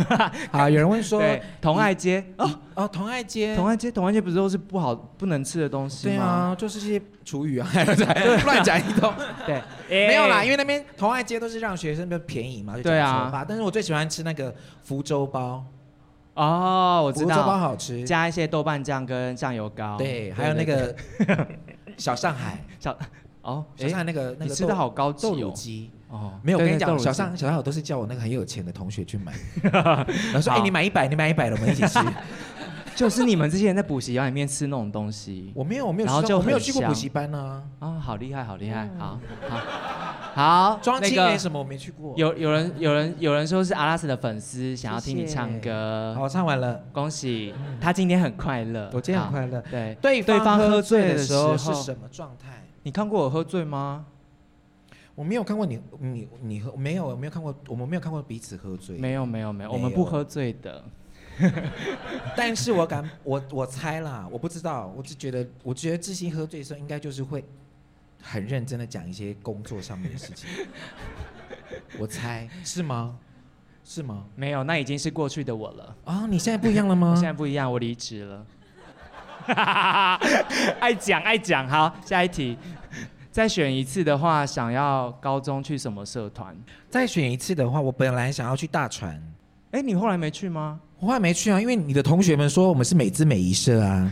S5: 好，啊有人问说，
S1: 对，同爱街哦，
S5: 哦，同爱街，
S1: 同爱街同爱街不是都是不好不能吃的东西
S5: 对
S1: 吗？
S5: 啊，就是这些厨余啊， 乱讲一通。
S1: 对，哎
S6: 没
S5: 啊 没有啦，因为那边同爱街都是让学生比较便宜嘛，就
S1: 对啊
S5: 讲吧。但是我最喜欢吃那个福州包，
S1: 哦，我
S5: 福
S1: 知
S5: 州包
S1: 道，
S5: 好吃。
S1: 加一些豆瓣酱跟酱油膏。
S5: 对，还有那
S1: 对
S5: 个 小上海，
S1: 小哦，
S5: 小上海那个那
S1: 你
S5: 个
S1: 吃的
S5: 豆
S1: 好高级
S5: 豆乳
S1: 哦。
S5: 鸡。
S1: 哦
S5: 没有，我
S1: 对
S5: 跟你
S1: 对
S5: 讲，
S1: 豆乳
S5: 小
S1: 鸡
S5: 上小上海都是叫我那个很有钱的同学 去买，然后说：“哎、
S1: 好
S5: 你买一百，你买一百了，我们一起吃。
S1: 就是你们之前在补习班里面吃那种东西”
S5: 我没有，我没有
S1: 然后
S5: 吃到，
S1: 就
S5: 我没有
S1: 很
S5: 去过补
S1: 香
S5: 习班呢、
S1: 啊，好厉害，好厉害，好 好好，
S5: 嗯装
S1: 那
S5: 清
S1: 个
S5: 没什么，我没去过。
S1: 有有人有人有人说是阿拉斯的粉丝，想要听你唱歌，
S5: 好，唱完了，
S1: 恭喜他今天很快乐，
S5: 我今天很快乐
S1: 好。对，
S5: 对
S1: 啊对
S5: 方
S1: 方
S5: 喝
S1: 喝
S5: 醉
S1: 醉
S5: 的
S1: 的
S5: 时
S1: 时
S5: 候
S1: 候
S5: 是什么状态？
S1: 你看过我喝醉吗？
S5: 我没有看过你，你你喝没有？我没有看过，我们没有看过彼此喝醉。
S1: 没有没有没有，我
S5: 没
S1: 们
S5: 有
S1: 不喝醉的。
S5: 但是我敢，我我猜啦，我不知道，我只觉得，我觉得志兴喝醉的时候，应该就是会很认真的讲一些工作上面的事 情。我猜是吗？是吗？
S1: 没有，那已经是过去的我了。
S5: 啊、 你现在不一样了
S1: 我
S5: 吗
S1: 现？在不一样，我离职了。
S6: 爱讲爱讲，
S1: 好，下一题。再选一次的话，想要高中去什么社团？
S5: 再选一次的话，我本来想要去大船，
S1: 哎、你后来没去吗？
S5: 我后来没去啊，因为你的同学们说我们是美姿美仪社啊，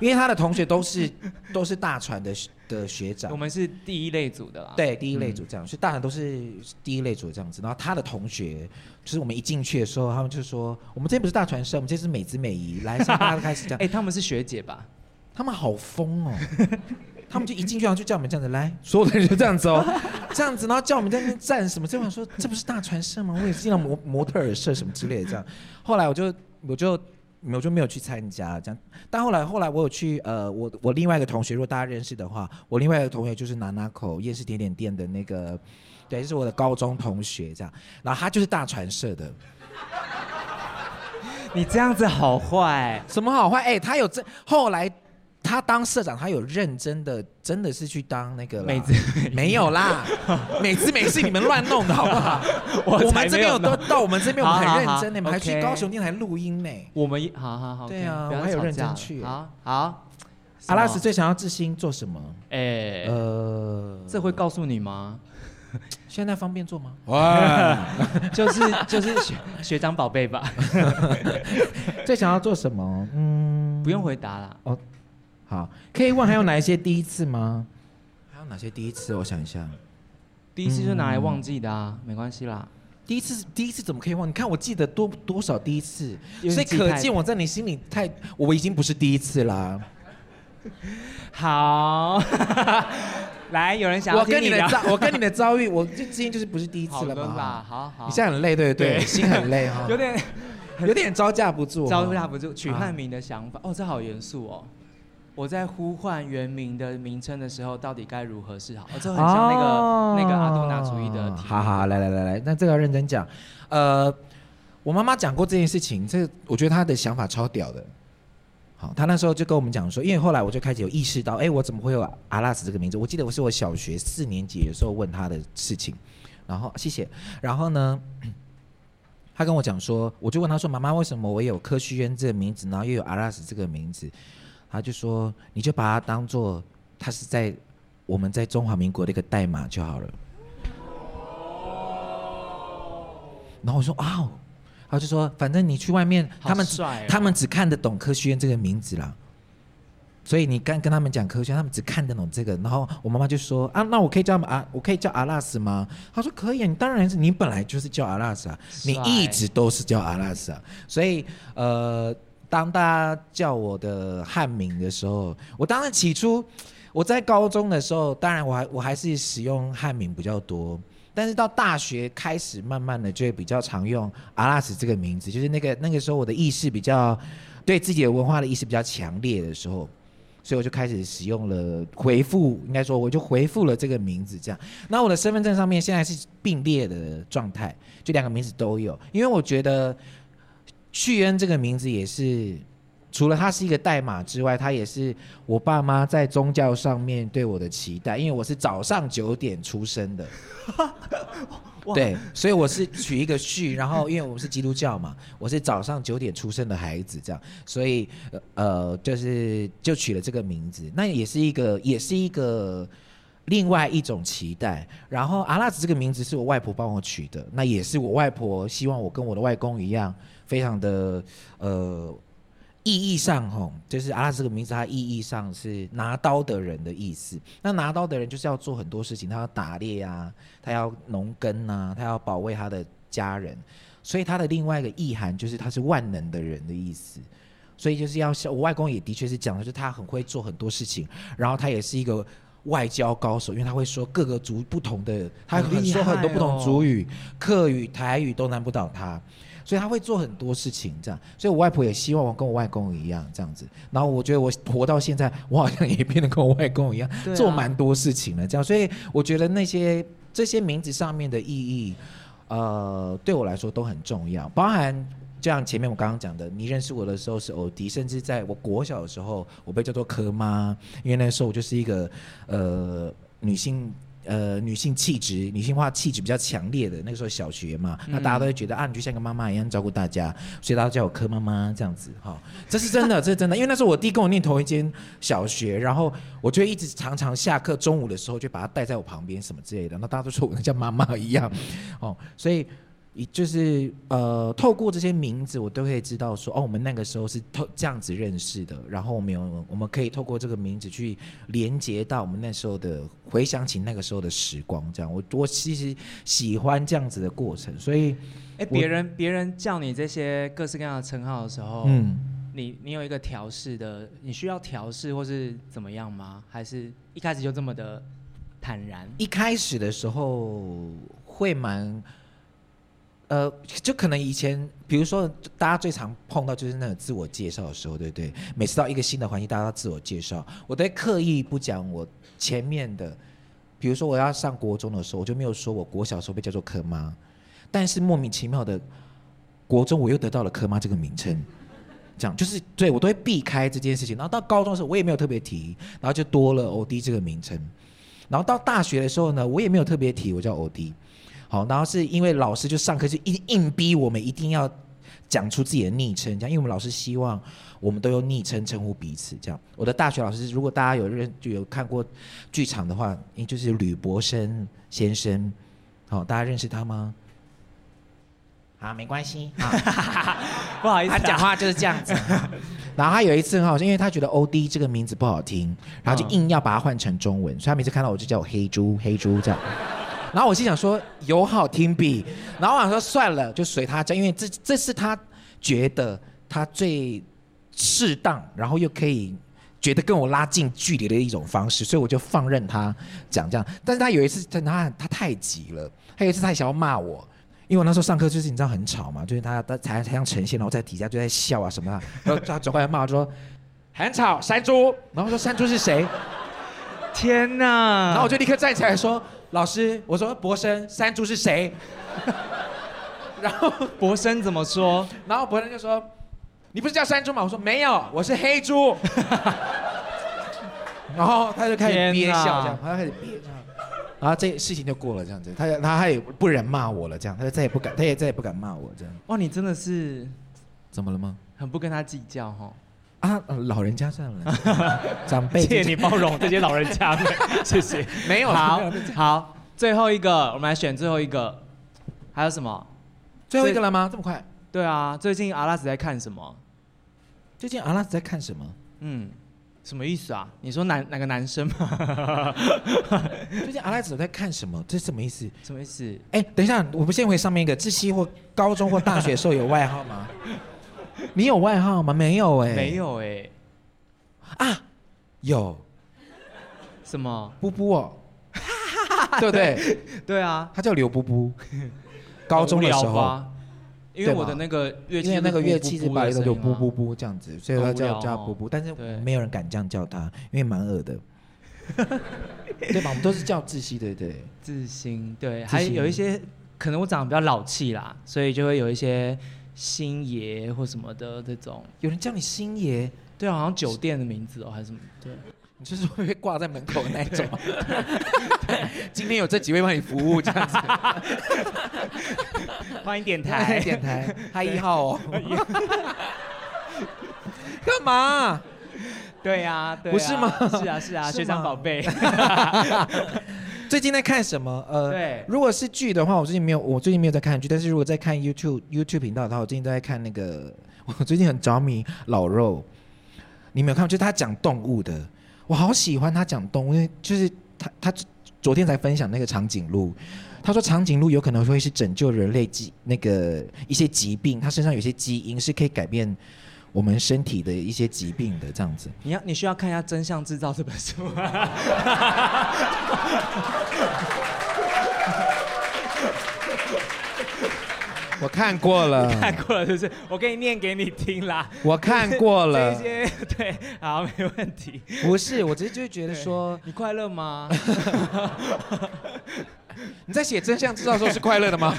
S5: 因为他的同学都是都是大船的的学长
S1: 我，们是第一类组的啦。，
S5: 对，第一类组这样，所以大家都是第一类组这样子。然后他的同学，就是我们一进去的时候，他们就说：“我们这边不是大传社，我们这是美姿美仪，来，现在大家都开始这样。
S1: 哎、他们是学姐吧？
S5: 他们好疯 哦！他们就一进去，然后就叫我们这样子来，所有的人就这样子哦， 这样子，然后叫我们在那边站什么，这样说这不是大传社吗？我也是进到模模特儿社什么之类的这样。后来我就我就我就没有去参加这样，但后来后来我有去呃，我我另外一个同学，如果大家认识的话，我另外一个同学就是娜娜口夜市甜点店的那个，对，就是我的高中同学这样，然后他就是大传社的。
S1: 你这样子好坏，
S5: 什么好坏？哎、他有真后来他当社长，他有认真的，真的是去当那个啦
S1: 美姿
S5: 没有 啦，美姿美是你们乱弄的好不 好？
S1: 我才
S5: 们这边有
S1: 没有
S5: 到
S1: 弄
S5: 到我们这边我们
S1: 好好
S5: 很认
S1: 好
S5: 真的，我们还去
S1: OK
S5: 高雄电台录音呢。
S1: 我们好好好，
S5: 对啊
S1: OK，不要
S5: 我还有
S1: 吵
S5: 认真
S1: 架了
S5: 去
S1: 好好，
S5: 阿拉
S1: 什
S5: 斯
S1: 么，
S5: 最想要志新做什么？
S1: 哎、
S5: 呃，
S1: 这会告诉你吗？
S5: 现在方便做吗？呃
S1: 就是就是学学长宝贝吧，
S5: 最想要做什么？嗯，
S1: 不用回答啦。
S5: 好。K One 还有哪一些第一次吗？还有哪些第一次？我想一下，
S1: 第一次就拿来忘记的啊，
S5: 嗯
S1: 没关系啦。
S5: 第一次，第一次怎么可以忘？你看我记得多多少第一次，
S1: 因为
S5: 所以
S1: 记
S5: 可
S1: 太
S5: 见我在你心里太，我已经不是第一次啦。
S1: 好， 来，有人想要
S5: 我跟
S1: 听
S5: 你的
S1: 聊
S5: 遭，我跟你的遭遇，我就之前就是不是第一次
S1: 好
S5: 了
S1: 的
S5: 嘛。
S1: 啦，好好。
S5: 你现在很累，对不对？
S1: 对，
S5: 心很累 哈
S1: 有点
S5: 有点招架不啊住哈，
S1: 招架不住取汉名的想法，哦，这好严肃哦。我在呼唤原名的名称的时候，到底该如何是好？哦，这很
S5: 啊
S1: 像那个、那个阿杜纳主义的题目。
S5: 哦好好好，来来来来，那这个要认真讲。呃，我妈妈讲过这件事情，这我觉得她的想法超屌的。好，她那时候就跟我们讲说，因为后来我就开始有意识到，哎，我怎么会有阿拉斯这个名字？我记得我是我小学四年级的时候问她的事情，然后谢谢，然后呢？她跟我讲说，我就问她说：“妈妈，为什么我有柯旭渊这个名字，然后又有阿拉斯这个名字？”她就说：“你就把它当做它是在我们在中华民国的一个代码就好了。”然后我说哇哦，他就说反正你去外面，
S1: 好
S5: 他们只、
S1: 帅哦
S5: 他们只看得懂科学院这个名字啦，所以你刚跟他们讲科学院，他们只看得懂这个。然后我妈妈就说啊，那我可以叫啊，我可以叫阿拉斯吗？他说可以啊，你当然是你本来就是叫阿拉斯啊，你
S1: 帅
S5: 一直都是叫阿拉斯啊，所以呃。当大家叫我的汉名的时候，我当然起初我在高中的时候，当然我还我还是使用汉名比较多，但是到大学开始，慢慢的就会比较常用阿拉斯这个名字，就是那个那个时候我的意识比较对自己的文化的意识比较强烈的时候，所以我就开始使用了回复，应该说我就回复了这个名字这样。那我的身份证上面现在是并列的状态，就两个名字都有，因为我觉得旭恩这个名字也是。除了它是一个代码之外，它也是我爸妈在宗教上面对我的期待，因为我是早上九点出生的，对，所以我是取一个序，然后因为我们是基督教嘛，我是早上九点出生的孩子，这样，所以呃呃，就是就取了这个名字，那也是一个，也是一个。另外一种期待，然后阿拉子这个名字是我外婆帮我取的，那也是我外婆希望我跟我的外公一样，非常的呃意义上吼，就是阿拉斯这个名字，它意义上是拿刀的人的意思。那拿刀的人就是要做很多事情，他要打猎啊，他要农耕啊，他要保卫他的家人，所以他的另外一个意涵就是他是万能的人的意思。所以就是要像我外公也的确是讲的，就是他很会做很多事情，然后他也是一个外交高手，因为他会说各个族不同的，他
S1: 好厉
S5: 很说很多不同
S1: 害哦
S5: 族语、客语、台语都难不倒他。所以他会做很多事情，这样。所以我外婆也希望我跟我外公一样这样子。然后我觉得我活到现在，我好像也变得跟我外公一样，
S1: 对啊
S5: 做蛮多事情了。这样，所以我觉得那些这些名字上面的意义，呃，对我来说都很重要，包含。就像前面我刚刚讲的，你认识我的时候是欧弟，甚至在我国小的时候，我被叫做柯妈，因为那时候我就是一个呃女性呃女性气质、女性化气质比较强烈的，那个时候小学嘛，那大家都会觉得、啊，你就像个妈妈一样照顾大家，所以大家叫我柯妈妈这样子哈、这是真的，这是真的，因为那时候我弟跟我念同一间小学，然后我就一直常常下课中午的时候就把他带在我旁边什么之类的，那大家都说我跟像妈妈一样哦，所以一就是呃，透过这些名字，我都可以知道说，哦，我们那个时候是透这样子认识的，然后我们有我们可以透过这个名字去连接到我们那时候的，回想起那个时候的时光，这样我我其实喜欢这样子的过程，所以
S1: 哎，别人别人叫你这些各式各样的称号的时候，
S5: 嗯，
S1: 你你有一个调试的，你需要调试或是怎么样吗？还是一开始就这么的坦然？
S5: 一开始的时候会蛮，呃，就可能以前，比如说大家最常碰到就是那种自我介绍的时候，对不对？每次到一个新的环境，大家要自我介绍，我都会刻意不讲我前面的，比如说我要上国中的时候，我就没有说我国小的时候被叫做柯妈，但是莫名其妙的国中我又得到了柯妈这个名称。这样就是对我都会避开这件事情，然后到高中的时候我也没有特别提，然后就多了 OD 这个名称，然后到大学的时候呢，我也没有特别提，我叫 OD。好，然后是因为老师就上课就一硬逼我们一定要讲出自己的昵称，这样，因为我们老师希望我们都用昵称称呼彼此。这样，我的大学老师，如果大家有认就有看过剧场的话，因为就是吕伯生先生，好，大家认识他吗？好，没关系啊。
S1: 不好意思、
S5: 他
S1: 啊，
S5: 讲话就是这 样子。然后他有一次很好笑，因为他觉得 O D 这个名字不好听，然后就硬要把它换成中文，所以他每次看到我就叫我黑猪黑猪这样。 然后我心想说有好听比，然后我想说算了，就随他讲，因为这这是他觉得他最适当，然后又可以觉得跟我拉近距离的一种方式，所以我就放任他讲这样。但是他有一次，他他他太急了，他有一次他想要骂我。因为我那时候上课就是你知道很吵嘛，就是他他台台上呈现，然后在底下就在笑啊什 么的，然后他转过来骂我说很吵山猪，然后我说山猪是谁？
S1: 天哪！
S5: 然后我就立刻站起来说：“老师，我说博生，山猪是谁？”然后，
S1: 博生怎么说？
S5: 然后博生就说：“你不是叫山猪吗？”我说：“没有，我是黑猪。” 然后他就开始憋
S1: 天哪
S5: 笑，这样，他就开始憋这样，然后这事情就过了，这样子，他他他也不忍骂我了，这样，他就再也不敢，他也再也不敢骂我，这样，
S1: 哇，你真的是
S5: 怎么了吗？
S1: 很不跟他计较哦哈、
S5: 啊，呃老人家算了，长辈
S6: 谢谢你包
S4: 哦
S6: 容这些老人家们，谢谢。
S5: 没有
S1: 好
S5: 了，
S1: 好，最后一个，我们来选最后一个，还有什么？
S5: 最后一个了吗？这么快？
S1: 对啊，最近阿拉斯在看什么？
S5: 最近阿拉斯在看什么？
S1: 嗯，什么意思啊？你说哪哪个男生吗？
S5: 最近阿拉斯在看什么？这是什么意思？
S1: 什么意思？
S5: 哎，等一下，我们先回上面一个，窒息或高中或大学的时候有外号吗？你有外号吗？没有哎、
S1: 没有哎、
S5: 啊，有
S1: 什么？
S5: 布布哦，对不对？
S1: 对啊，
S5: 他叫刘布布，高中的时
S1: 无聊
S5: 候，
S1: 吧因为
S5: 对吧
S1: 我的那个乐器
S5: 因为那个乐器是
S1: 是
S5: 白
S1: 白
S5: 的，就布布布这样子，所以他
S1: 好无聊
S5: 叫
S1: 哦
S5: 叫布布，但是
S1: 对
S5: 没有人敢这样叫他，因为蛮恶 的，对吧？我们都是叫窒息，对不对？
S1: 自信，对，
S5: 自
S1: 还
S5: 信
S1: 有一些可能我长得比较老气啦，所以就会有一些星爷或什么的这种。
S5: 有人叫你星爷，
S1: 对啊，好像酒店的名字哦，还是什么？对，
S5: 你就是会被挂在门口的那一种。 今天有这几位帮你服务，这样子。
S6: 欢迎电
S5: 台 电台，他一号哦。干嘛？
S1: 对啊，对啊
S5: 不是吗
S1: 是啊，是啊，
S5: 是
S1: 学
S5: 吗
S1: 长宝 贝。
S5: 最近在看什么？呃，
S1: 对
S5: 如果是剧的话，我最近没有，我最近没有在看剧，但是如果在看 YouTube YouTube 频道的话，我最近都在看那个， 我最近很着迷老肉，你没有看过？就是他讲动物的，我好喜欢他讲动物，因为就是他他昨天才分享那个长颈鹿，他说长颈鹿有可能会是拯救人类疾那个一些疾病，它身上有些基因是可以改变我们身体的一些疾病的这样子。
S1: 你要你需要看一下《真相制造》这本书、
S5: 我看过 了，
S1: 看过了，是不是？我可以念给你听啦。
S5: 我看过
S1: 这
S5: 了
S1: 一，些 对，好，没问题。
S5: 不是，我只是就是觉得说
S1: 你快乐吗？
S5: 你在写真相知道的时候是快乐 的吗？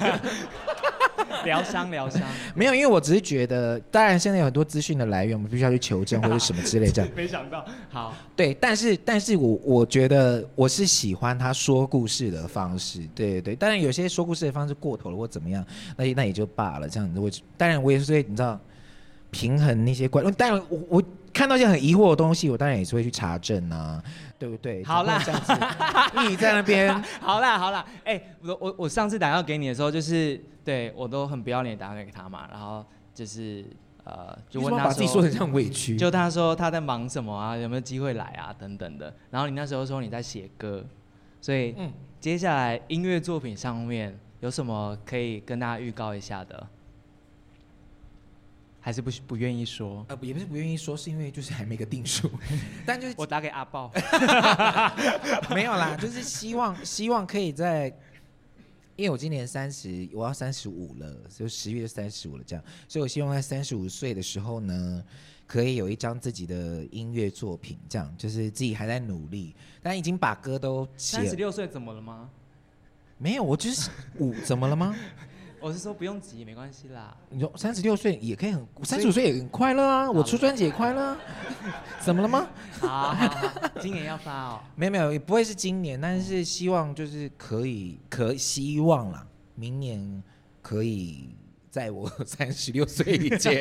S1: 疗伤，疗 伤。
S5: 没有，因为我只是觉得，当然现在有很多资讯的来源，我们必须要去求证或者什么之类 这样。
S6: 没想到，
S1: 好，
S5: 对，但是但是我我觉得我是喜欢他说故事的方式，对对对。当然有些说故事的方式过头了或怎么样，那也那也就罢了，这样子我当然我也是会你知道平衡那些观，当然我我看到一些很疑惑的东西，我当然也是会去查证啊，对不对？
S1: 好啦
S5: 怎么会这样子，你在那边
S1: 好啦好啦，哎、我我我上次打电话给你的时候，就是对我都很不要脸地打电话给他嘛，然后就是呃， 就问
S5: 你怎么
S1: 他
S5: 把自己说的这样委屈，
S1: 就他说他在忙什么啊，有没有机会来啊等等的。然后你那时候说你在写歌，所以
S5: 嗯
S1: 接下来音乐作品上面有什么可以跟大家预告一下的？还是不不愿意说？
S5: 呃也不是不愿意说，是因为就是还没个 定数，但就是
S1: 我打给阿 豹，
S5: 没有 啦，就是希望希望可以在，因为我今年三十，我要三十五了，就十月三十五了这样，所以我希望在三十五岁的时候呢，可以有一张自己的音乐作品，这样就是自己还在努力，但已经把歌都写
S1: 三十
S5: 了，
S1: 六岁怎么了吗？
S5: 没有，我就是五，怎么了吗？
S1: 我是说不用急，没关系啦。
S5: 你说三十六岁也可以很，三十五岁也很快乐啊，我出专辑也快 乐、啊，怎么了吗？
S1: 好，好好 今年要发哦。
S5: 没有没有，也不会是今年，但是希望就是可以，可希望啦，明年可以在我 三十六岁以前，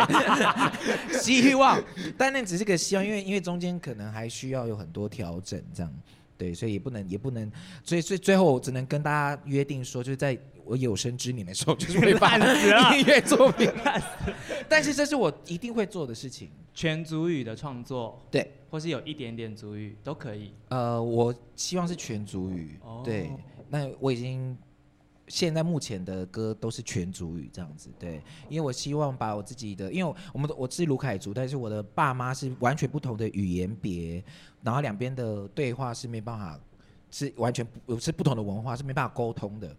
S5: 希望，但那只是个希望，因为因为中间可能还需要有很多调整，这样，对，所以也不能也不能，所以所以最后我只能跟大家约定说，就是在我有生之年的时候，就是会把音乐作品， 但是这是我一定会做的事情，
S1: 全族语的创作，
S5: 对。
S1: 或是有一点点族语都可以。
S5: 呃，我希望是全族语。
S1: 哦
S5: 对，那我已经现在目前的歌都是全族语这样子。对，因为我希望把我自己的，因为我们的我是卢凯族，但是我的爸妈是完全不同的语言别，然后两边的对话是没办法，是完全不是不同的文化，是没办法沟通的。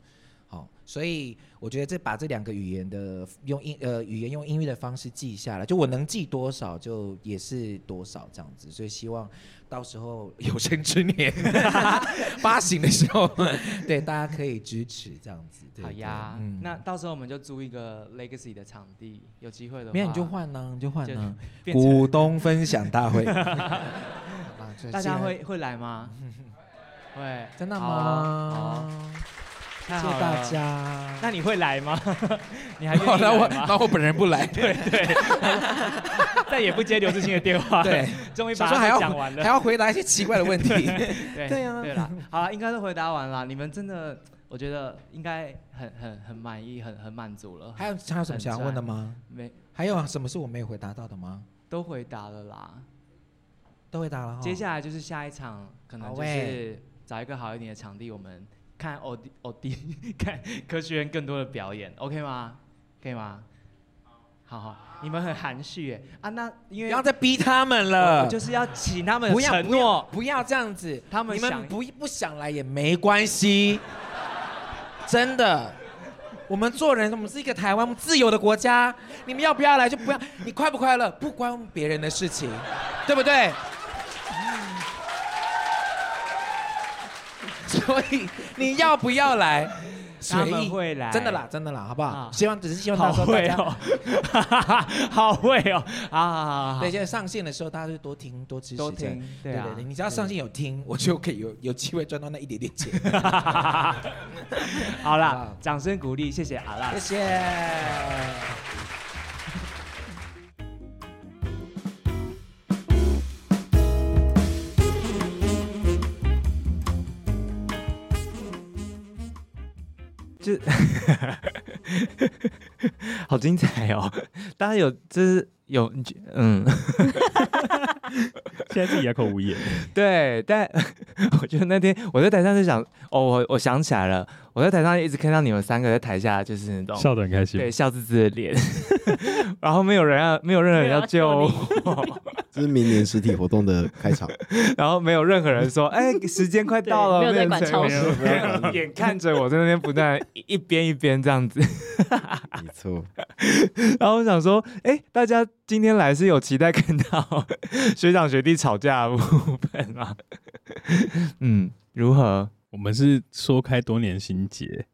S5: 好，所以我觉得这把这两个语言的用音呃语言用音乐的方式记下来，就我能记多少就也是多少这样子，所以希望到时候有生之年 发行的时候，对大家可以支持这样子。对
S1: 好呀，
S5: 对嗯
S1: 那到时候我们就租一个 Legacy 的场地，有机会的话，
S5: 没有你就换呢、你就换
S1: 就
S5: 呢、
S1: 变成
S5: 股东分享大会，啊 这
S1: 大家
S5: 既然
S1: 会会来 吗？会，
S5: 真的
S1: 好啊好啊
S5: 吗？
S1: 太
S5: 谢
S1: 好了
S5: 谢大。家。
S1: 那你会来吗？ 你还愿
S5: 然后
S1: 意
S5: 然后我
S1: 来
S5: 然
S1: 吗？
S5: 后我本人不来，
S6: 再也不接刘志清的电话。
S5: 对，
S6: 终于
S5: 想
S6: 把
S5: 说还
S6: 它
S5: 要
S6: 都讲完
S5: 还
S6: 了。
S5: 要回答一些奇怪的问题。
S1: 对
S5: 对啊
S1: 对啦，好啦，应该都回答完了。你们真的，我觉得应该很很很满意，很很满足了。
S5: 还有还有什么想要问的吗？
S1: 没
S5: 还有什么是我没有回答到的吗？
S1: 都回答了啦。
S5: 都回答了哈。
S1: 接下来就是下一场，可能
S5: 哦好
S1: 就
S5: 欸
S1: 是找一个好一点的场地，我们看欧弟欧弟 看科学院更多的表演，OK 吗？可以吗？好好，你们很含蓄耶啊，那因为
S5: 不
S1: 呃
S5: 要再逼他们
S1: 我
S5: 了，
S1: 就是要请他们
S5: 不
S1: 的
S5: 要哦
S1: 承
S5: 不要
S1: 诺，
S5: 不要这样子。
S1: 他们
S5: 你们
S1: 想
S5: 不不想来也没关系，真的。我们做人，我们是一个台湾自由的国家，你们要不要来就不要，你快不快乐不关别人的事情，对不 对？所以你要不要来，
S1: 他
S5: 随
S1: 们
S5: 意，
S1: 会来，
S5: 真的啦，真的啦，好不好
S1: 啊？
S5: 希望只是希望到
S6: 好
S5: 时候大
S6: 会
S5: 家
S6: 哦， 好会哦，
S1: 好好好好好
S5: 对，，现在上线的时候，大家就多听多支持，
S1: 都
S5: 这样
S1: 听
S5: 对
S1: 对啊
S5: 对对，你只要上线有听，我就可以有有机会赚到那一点点钱。
S1: 好
S5: 好
S1: 啦
S5: 啦，
S1: 掌声鼓励，谢 谢阿拉
S5: 谢。谢。
S7: 好精彩哦！大家有就是有你觉嗯，
S4: 现在自己哑口无 言。
S7: 对，但 我觉得那天我在台上就想，哦，我我想起来了，我在台上一直看到你们三个在台下就是那种
S4: 笑得很开心。
S7: 对笑滋滋的脸， 然后没有人要没有任何人要救
S2: 没有
S7: 我，
S3: 这是明年实体活动的开 场。
S7: 然后没有任何人说，哎，时间快到
S2: 对
S7: 了，
S2: 没有在
S7: 变
S2: 管
S7: 成
S2: 超
S7: 我
S2: 时
S3: 没有管你
S7: 眼 看着我在那边不断地一一边一边这样子，
S3: 没错，
S7: 然后我想说，哎，大家今天来是有期待看到 学长学弟吵架的部分吗？ 嗯，如何？
S4: 我们是说开多年心结，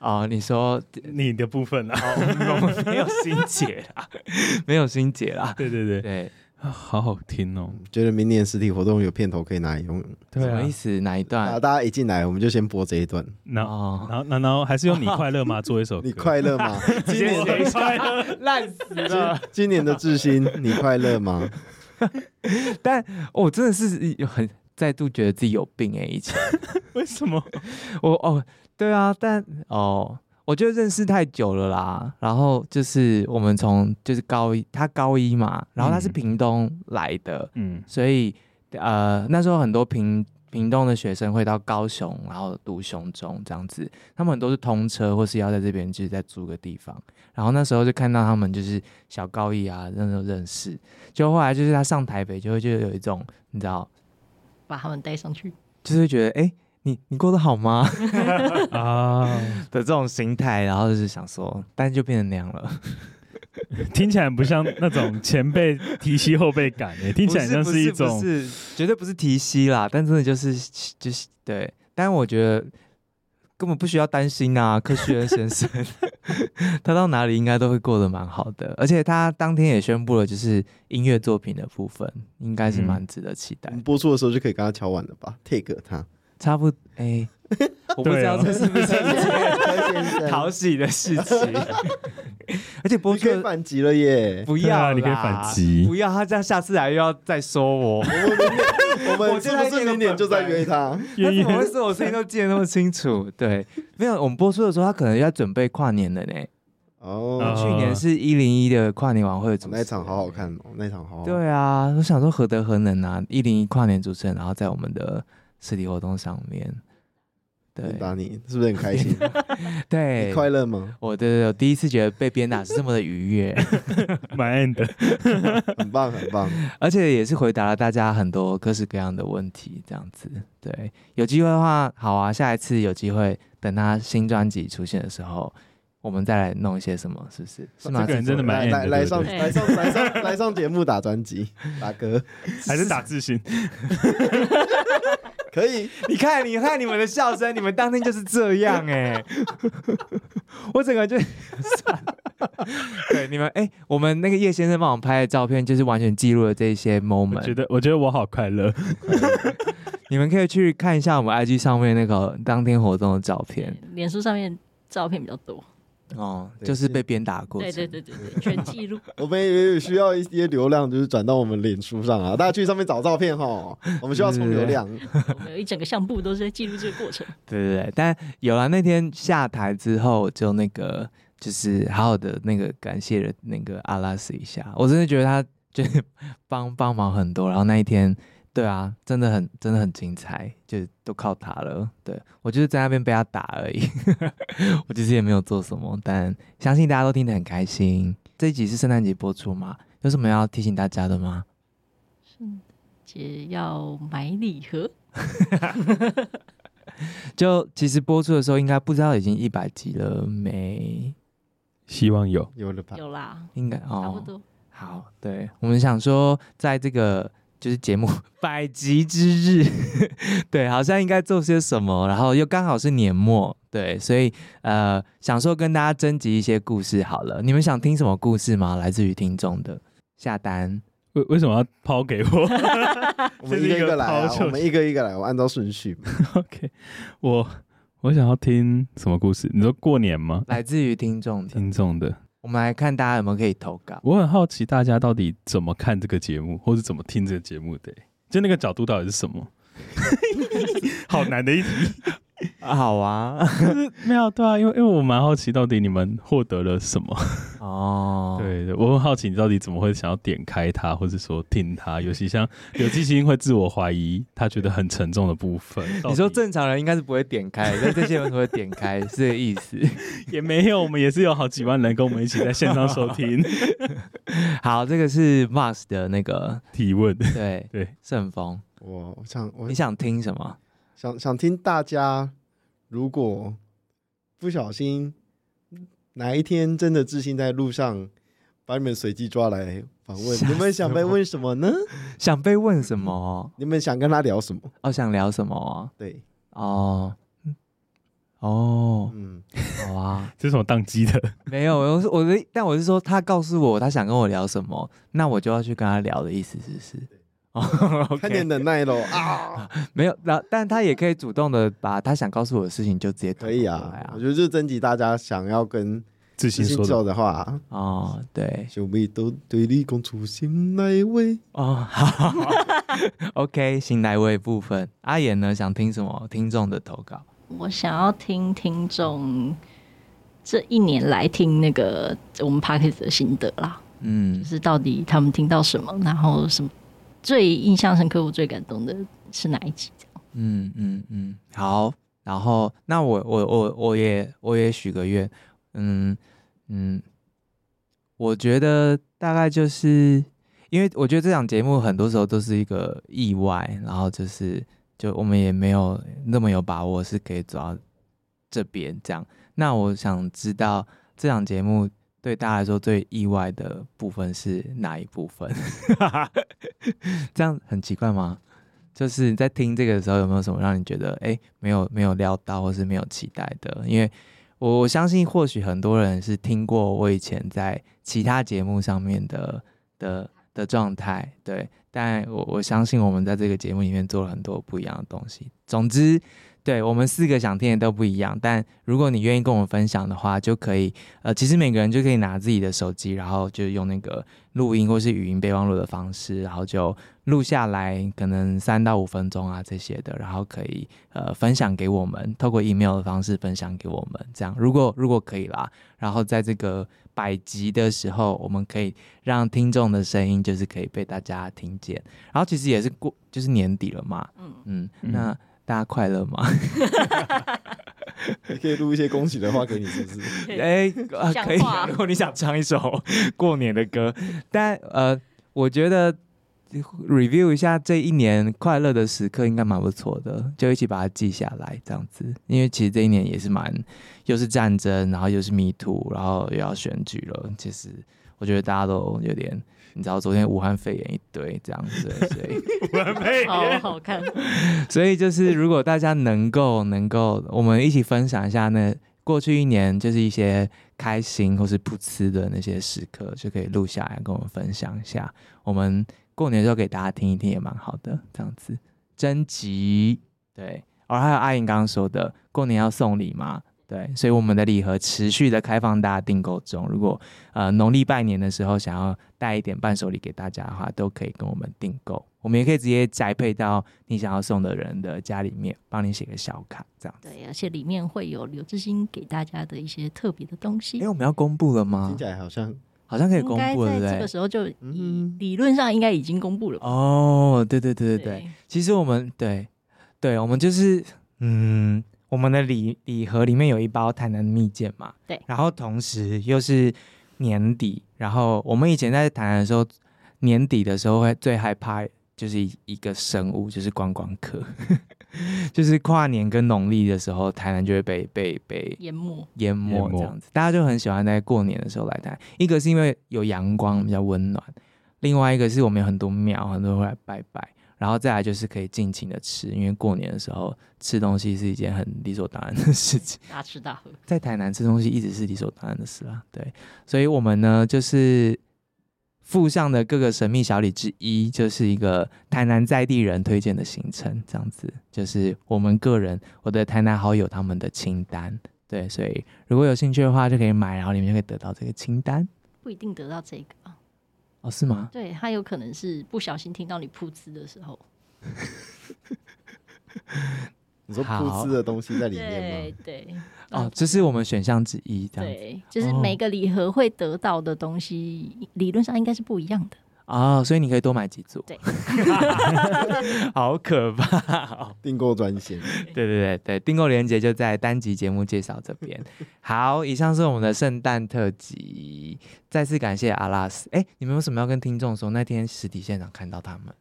S7: 哦，你说
S4: 你的部分啊，
S7: 哦，我们没有心结啦，没有心结啦。
S4: 对对对，
S7: 对，
S4: 啊好好听哦。
S3: 觉得明年实体活动有片头可以拿来用。
S4: 对
S7: 什
S4: 啊
S7: 么意，思？哪一
S3: 啊，
S7: 段？
S3: 大家一进来我们就先播这一段。
S4: 然后
S7: 哦，
S4: 然后然后还是用你快乐 吗做一首歌？
S3: 你快乐吗？今年
S4: 快乐？
S7: 烂死
S3: 今今年的志新，你快乐吗？
S7: 但哦我、真的是有很再度觉得自己有病哎、以前
S4: 为什么？
S7: 我哦，对啊，但哦，我觉得认识太久了啦。然后就是我们从就是高一，他高一嘛，然后他是
S5: 嗯
S7: 屏东来的，
S4: 嗯，
S7: 所以呃那时候很多屏屏东的学生会到高雄，然后读雄中这样子，他们很多是通车或是要在这边就是在租个地方，然后那时候就看到他们就是小高一啊那时候认识，就后来就是他上台北就会就有一种你知道，
S2: 把他们带上去。
S7: 就是会觉得哎。诶你你过得好吗
S4: 啊，
S7: 的这种心态，然后就是想说，但就变成那样了。
S4: 听起来不像那种前辈提膝后辈感诶， 听起来像
S7: 不
S4: 一
S7: 是不
S4: 种
S7: 是不是绝对不是提息啦，但真的就是就是对，但我觉得根本不需要担心啊，柯旭恩先生， 他到哪里应该都会过得蛮好的，而且他当天也宣布了，就是音乐作品的部分，应该是
S4: 嗯
S7: 蛮值得期待。
S3: 我们播出的时候就可以跟他敲碗了吧？take 他，
S7: 差不哎、 我不知道这是不是
S3: 柯先生
S7: 讨喜的 事情，而且播
S3: 你
S7: 出
S3: 可以
S7: 的
S3: 反击了耶！
S7: 不
S4: 对
S7: 要、
S4: 啊你可以反击
S7: 不要他这样下次来又要再 说我。
S3: 我
S7: 我
S3: 们
S7: 就是在
S3: 不
S7: 那
S3: 是
S7: 个
S3: 明年就在约他？
S7: 他
S4: 渊
S7: 怎么
S4: 源
S7: 会说我声音都记得那么 清楚？对，没有，我们播出的时候，他可能要准备跨年了呢。
S3: 哦
S4: 啊，
S7: 去年是一零一的跨年晚会主持人
S3: 那一场好好。看哦，那一场好好看。
S7: 对啊，我想说何德何能啊！一零一跨年主持人，然后在我们的实体活动上面，对
S3: 鞭打你是不是很开心？你
S7: 对，
S3: 快乐 吗？
S7: 我的我第一次觉得被鞭打是这么的愉 悦，
S4: 蛮暗 的，
S3: 很棒，很棒。
S7: 而且也是回答了大家很多各式各样的问题，这样子。对，有机会的话，好啊，下一次有机会等他新专辑出现的时候，我们再来弄一些什么，是不是？是吗？
S4: 哦这个人真的
S3: 来
S4: 蛮 end
S3: 来
S4: 的
S3: 来
S4: 对不
S3: 上
S4: 对
S3: 来上来上来上节目打专辑，打歌
S4: 还是打自 信，
S3: 可以。
S7: 你看，你看你们的笑声，你们当天就是这样哎、 我整个就 算了， 对你们哎、我们那个叶先生帮我们拍的照片，就是完全记录了这些
S4: 我觉
S7: moment。
S4: 得我觉得我好快乐，
S7: 你们可以去看一下我们 IG 上面那个当天活动的照片
S2: 脸书上面照片比较多，
S7: 哦，
S3: 对
S7: 就是被鞭打过。
S2: 对对。对对对，全记录。
S3: 我们也需要一些流量，就是转到我们脸书上啊，大家去上面找照片哈。我们需要冲流量，
S2: 我们有一整个相簿都是在记录这个过程。
S7: 对对对，但有了那天下台之后，就那个就是好好的那个感谢了那个阿拉斯一下，我真的觉得他就是帮帮忙很多，然后那一天。对啊，真的很真的很精彩，就是都靠他了。对我就是在那边被他打而已， 我其实也没有做什么，但相信大家都听得很开心。这一集是圣诞节播出嘛？有什么要提醒大家的吗？
S2: 姐要买礼盒，
S7: 就其实播出的时候，应该不知道已经一百集了没？
S4: 希望有
S3: 有
S1: 啊
S3: 了吧？
S2: 有啦，
S7: 应该哦，
S2: 差不多。
S7: 好，对我们想说，在这个就是节目 百集之日， 对，好像应该做些什么，然后又刚好是年末，对，所以呃，想说跟大家征集一些故事好了，你们想听什么故事吗？来自于听众的下单，
S4: 为为什么要抛给我？
S3: 我们一个一个来
S4: 这
S3: 啊
S4: 是一，个
S3: 我们一个一个来，我按照顺序嘛。
S4: OK，我 我想要听什么故事？你说过年吗？
S7: 来自于听众的，
S4: 听众的，
S7: 我们来看大家有没有可以投稿。
S4: 我很好奇大家到底怎么看这个节目，或是怎么听这个节目的欸、就那个角度到底是什么？ 好难的一题，
S7: 好啊，
S4: 就是没有对啊，因为因为我蛮好奇到底你们获得了什么。
S7: 哦，，
S4: 对对，我很好奇你到底怎么会想要点开它，或者说听它。尤其像刘继兴会自我怀疑，他觉得很沉重的部分。
S7: 你说
S4: 到底
S7: 正常人应该是不会点开，但这些人会点开，是这个意思。
S4: 也没有，我们也是有好几万人跟我们一起在线上收听
S7: 好，这个是 Max 的那个
S4: 提问。
S7: 对
S4: 对
S7: 顺丰。
S3: 我我想我
S7: 你想听什么？
S3: 想想听大家，如果不小心哪一天真的自信在路上把你们随机抓来访问，
S7: 吓
S3: 你们想
S4: 啊
S3: 被问什么呢？
S7: 想被问什么？
S3: 你们想跟他聊什么？
S7: 哦，想聊什么？
S3: 对，
S7: 哦，哦，
S3: 嗯，
S7: 好啊，
S4: 这是什么宕机的？
S7: 没有，我是我的，但我是说，他告诉我他想跟我聊什么，那我就要去跟他聊的意思，是不是？ 哦
S3: 看点
S7: ，OK，
S3: 能耐咯 啊，
S7: 没有，那但他也可以主动的把他想告诉我的事情就直接
S3: 可以
S7: 吐出来
S3: 啊，
S7: 啊
S3: 我，觉得就征集大家想要跟
S4: 自信说 的
S3: 教的话，
S1: 哦，对，
S3: 兄妹都对你讲出心内话。
S1: 哦， 好，OK，新来位部分，阿言呢想听什么？听众的投稿，
S2: 我想要听听众这一年来听那个我们 p a c k a g e 的心得啦，
S1: 嗯
S2: 就，是到底他们听到什么，然后什么最印象深刻、我最感动的是哪一集？
S1: 嗯嗯嗯，好。然后，那我我我我也我也许个愿，嗯嗯，我觉得大概就是因为我觉得这档节目很多时候都是一个意外，然后就是就我们也没有那么有把握是可以走到这边这样。那我想知道这档节目对大家来说最意外的部分是哪一部分？ 这样很奇怪吗？就是你在听这个的时候，有没有什么让你觉得哎、诶没有没有料到，或是没有期待的？因为我我相信，或许很多人是听过我以前在其他节目上面的的的状态，对，但我我相信我们在这个节目里面做了很多不一样的东西。总之，对我们四个想听的都不一样，但如果你愿意跟我们分享的话，就可以呃，其实每个人就可以拿自己的手机，然后就用那个录音或是语音备忘录的方式，然后就录下来，可能三到五分钟啊这些的，然后可以呃分享给我们，透过 email 的方式分享给我们，这样如果如果可以啦，然后在这个百集的时候，我们可以让听众的声音就是可以被大家听见，然后其实也是过就是年底了嘛，嗯嗯，那大家快乐吗？
S3: 也 可以录一些恭喜的话给你，是不是？
S1: 哎、啊
S2: 讲
S1: 可以
S2: 话，
S1: 如果你想唱一首过年的歌，但呃，我觉得 review 一下这一年快乐的时刻应该蛮不错的，就一起把它记下来，这样子。因为其实这一年也是蛮，又是战争，然后又是迷途，然后又要选举了。其实我觉得大家都有点，你知道，昨天武汉肺炎一堆这样子，所以。
S2: 好哦好看，
S1: 所以就是，如果大家能够能够，我们一起分享一下那过去一年就是一些开心或是噗呲的那些时刻，就可以录下来跟我们分享一下。我们过年的时候给大家听一听也蛮好的，这样子征集对。而、还有阿颖刚刚说的，过年要送礼嘛，对，所以我们的礼盒持续的开放大家订购中。如果呃农历拜年的时候想要带一点伴手礼给大家的话，都可以跟我们订购。我们也可以直接宅配到你想要送的人的家里面，帮你写个小卡这样。
S2: 对，而且里面会有刘志新给大家的一些特别的东西
S1: 哎、。我们要公布了吗
S3: 听起？来好像
S1: 好像可以
S2: 应
S1: 公
S2: 该
S1: 布了，对
S2: 在
S1: 不
S2: 这个
S1: 对？
S2: 时候就
S3: 嗯
S2: 理论上应该已经公布了吧？
S1: 哦，对对对对对，
S2: 对
S1: 其实我们对对，我们就是嗯，我们的礼礼盒里面有一包台南蜜饯嘛，
S2: 对
S1: 然后同时又是年底，然后我们以前在台南的时候，年底的时候会最害怕就是一一个生物，就是观光客， 就是跨年跟农历的时候，台南就会被被被
S2: 淹没。
S1: 淹没
S4: 淹
S1: 这
S4: 没
S1: 样子，大家就很喜欢在过年的时候来台。一个是因为有阳光比较温暖，另外一个是我们有很多庙，很多人会来拜拜，然后再来就是可以尽情的吃，因为过年的时候吃东西是一件很理所当然的事情。
S2: 大吃大喝，
S1: 在台南吃东西一呃直是理所当然的事啦。对，所以我们呢就是附上的各个神秘小礼之一，就是一个台南在地人推荐的行程，这样子就是我们个人我的台南好友他们的清单。对，所以如果有兴趣的话，就可以买，然后你们就可以得到这个清单。
S2: 不一定得到这个啊。
S1: 哦，是吗？
S2: 对他有可能是不小心听到你噗嗤的时候，
S3: 你说
S1: 好
S3: 噗嗤的东西在里面
S2: 对
S3: 吗？
S2: 对嗯
S1: 哦，这是我们选项之一，这样子。哦
S2: 对，就是每个礼盒会得到的东西，理论上应该是不一样的。
S1: 哦，所以你可以多买几组。
S2: 对，
S1: 好可怕、哦。
S3: 订购专 线，
S1: 对对对对，订购链接就在单集节目介绍这 边。好，以上是我们的圣诞特辑，再次感谢阿拉斯。哎，你们有什么要跟听众说？那天实体现场看到他们，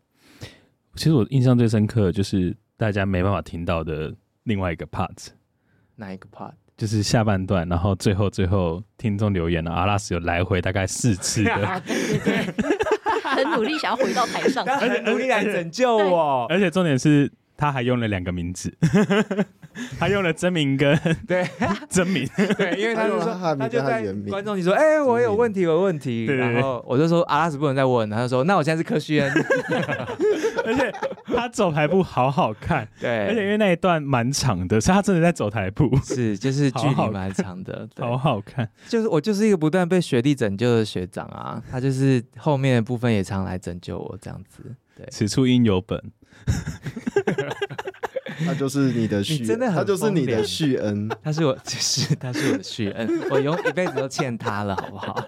S4: 其实我印象最深刻的就是大家没办法听到的另外一个 part，
S1: 哪一个 part？
S4: 就是下半段，然后最后最后听众留言了，阿拉斯有来回大概四次 的，
S2: 啊，对对对， 他很努力想要回到 台上，
S1: 很努力来拯救我，
S4: 而且重点是他还用了两个名字， 他用了真名 跟
S1: 对
S4: 真名，
S1: 对，因为他就说，
S3: 他
S1: 他就
S3: 他
S1: 在
S3: 原名
S1: 观众你说，哎，我有问题，我有问题，
S4: 对对对
S1: 然后我就说阿拉斯不能再问，他就说，那我现在是科学恩，
S4: 而且他走台步好好看，而且因
S1: 对，
S4: 为那一段蛮长的，所以他真的在走台步，
S1: 是就是距
S4: 好好
S1: 离蛮长的，对
S4: 好好看。
S1: 就是我就是一个不断被学弟拯救的学长啊，他就是后面的部分也常来拯救我这样子。
S4: 此处应有本，
S3: 他就是你的续，
S1: 你真的很
S3: 他就是你
S1: 疯
S3: 的
S1: 癫
S3: 续 恩。
S1: 他是我，就是他是我的续恩，我永一辈子都欠他了，好不好？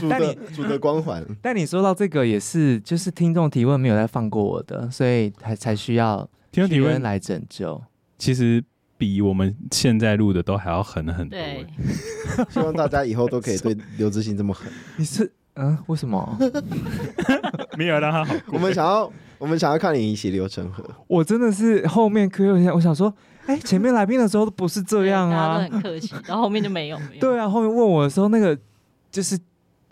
S3: 主
S1: 但
S3: 的主的光 环，
S1: 但你说到这个也是，就是听众提问没有在放过我的，所以才才需要
S4: 听众提
S1: 续
S4: 问
S1: 恩来拯救。
S4: 其实比我们现在录的都还要狠很多。
S2: 对，
S3: 希望大家以后都可以对刘志兴这么狠。
S1: 你是嗯？为什么？
S4: 没有让他好
S3: 我
S4: 过。
S3: 们想要，我们想要看你血流成河。
S1: 我真的是后面 Q 一下，我想说，哎、前面来宾的时候都不是这样
S2: 大
S1: 啊
S2: 家，都很客气，然后后面就没有，没有
S1: 对啊，后面问我的时候，那个就是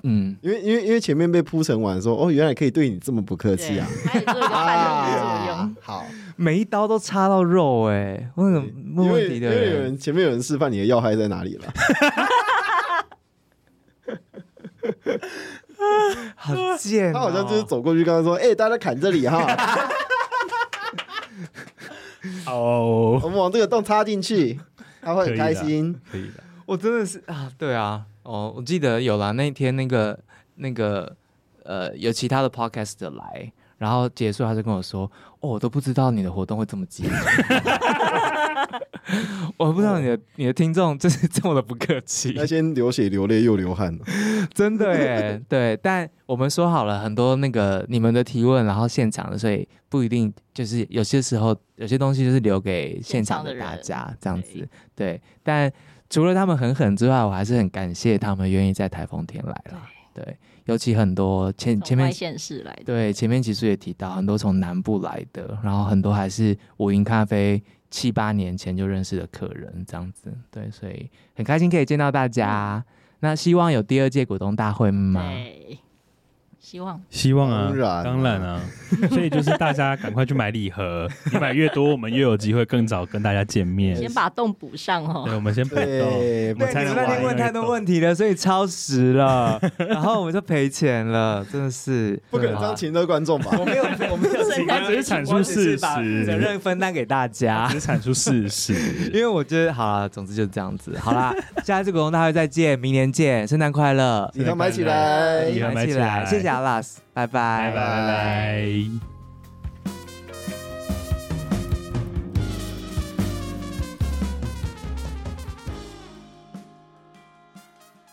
S1: 嗯，
S3: 因为因为因为前面被铺陈完说，哦，原来可以对你这么不客气啊！
S2: 对还有这个半路的作用
S3: 啊，，好，
S1: 每一刀都插到肉哎、我怎么
S3: 因
S1: 问
S3: 为
S1: 问题
S3: 因
S1: 的
S3: 为有
S1: 人？
S3: 人前面有人示范你的要害在哪里了，
S1: 好贱、
S3: 他好像就是。走过去跟他说，哎，大家砍这里哈，
S4: 哦，
S3: 我们往这个洞插进去，他会很开心。
S4: 可以的。
S1: 我真的是啊，对啊，哦，我记得有啦，那天那个那个呃，有其他的 podcast 的来，然后结束他就跟我说，哦，我都不知道你的活动会这么激烈， 我不知道你的你的听众就是这么的不客气
S3: 那，先流血流泪又流汗，
S1: 真的耶，对，但我们说好了，很多那个你们的提问，然后现场的，所以不一定就是有些时候有些东西就是留给现场的大家这样子，对。但除了他们很狠之外，我还是很感谢他们愿意在台风天来啦，对，尤其很多前前
S2: 从外
S1: 面
S2: 县市来的，
S1: 对前面其实也提到很多从南部来的，然后很多还是五营咖啡七八年前就认识的客人这样子，对，所以很开心可以见到大家。那希望有第二届股东大会吗？
S2: 对，希望
S4: 希望啊，
S3: 当然啊
S4: 当然啊， 所以就是大家赶快去买礼 盒，你买越多，我们越有机会更早跟大家见面。
S2: 先把洞补上哦
S4: 对，。我们先摆 动，
S3: 对，
S4: 我们才
S1: 你
S4: 能
S1: 们那天
S4: 玩
S1: 问太多问题了，所以超时了，然后我们就赔钱了，真的是啊
S3: 不可能这样请的观众吧？
S1: 我没有，我没有请
S4: 他只是阐述事实
S1: 责任分担给大家
S4: 只。阐述事实
S1: 因。为我觉得好了，总之就是这样子。好啦，下次股东大会再见，明年见，圣诞快乐，
S3: 你要买起来。
S4: 礼盒买起来
S1: 谢谢阿拉斯，拜拜，
S4: 拜拜拜拜。